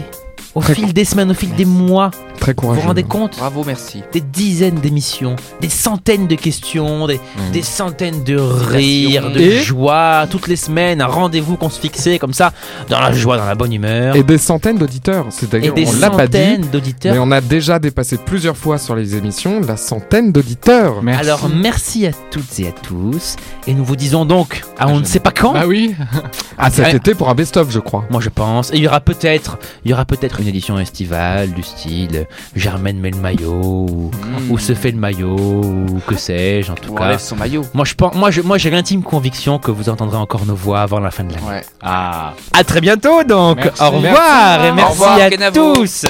[SPEAKER 1] Au fil des semaines, au fil des mois,
[SPEAKER 2] Très
[SPEAKER 1] vous
[SPEAKER 2] courageux.
[SPEAKER 1] vous rendez compte
[SPEAKER 3] Bravo, merci.
[SPEAKER 1] Des dizaines d'émissions, des centaines de questions, des, des centaines de rires, de
[SPEAKER 2] Mm. Et-
[SPEAKER 1] joie. Toutes les semaines, un rendez-vous qu'on se fixait comme ça, dans la joie, dans la bonne humeur.
[SPEAKER 2] Et des centaines d'auditeurs. C'est-à-dire,
[SPEAKER 1] hein. des
[SPEAKER 2] on l'a pas dit,
[SPEAKER 1] centaines
[SPEAKER 2] mais
[SPEAKER 1] d'auditeurs.
[SPEAKER 2] on a déjà dépassé plusieurs fois sur les émissions la centaine d'auditeurs.
[SPEAKER 4] Merci.
[SPEAKER 1] Alors merci à toutes et à tous. Et nous vous disons donc à on ne sait pas quand.
[SPEAKER 4] Bah oui.
[SPEAKER 2] Ah, cet
[SPEAKER 1] Ouais.
[SPEAKER 2] été pour un best-of, je crois.
[SPEAKER 1] Moi je pense. Et il y aura peut-être, il y aura peut-être une édition estivale du style euh, Germaine met le maillot ou, ou se fait le maillot ou que sais-je en tout
[SPEAKER 3] On
[SPEAKER 1] cas.
[SPEAKER 3] enlève son maillot.
[SPEAKER 1] Moi je pense, moi je, moi j'ai l'intime conviction que vous entendrez encore nos voix avant la fin de l'année.
[SPEAKER 3] Ouais.
[SPEAKER 4] Ah.
[SPEAKER 1] À très bientôt donc.
[SPEAKER 4] Merci.
[SPEAKER 1] Au revoir et
[SPEAKER 3] Au
[SPEAKER 1] merci
[SPEAKER 3] revoir,
[SPEAKER 1] à
[SPEAKER 3] Kenavo.
[SPEAKER 1] tous.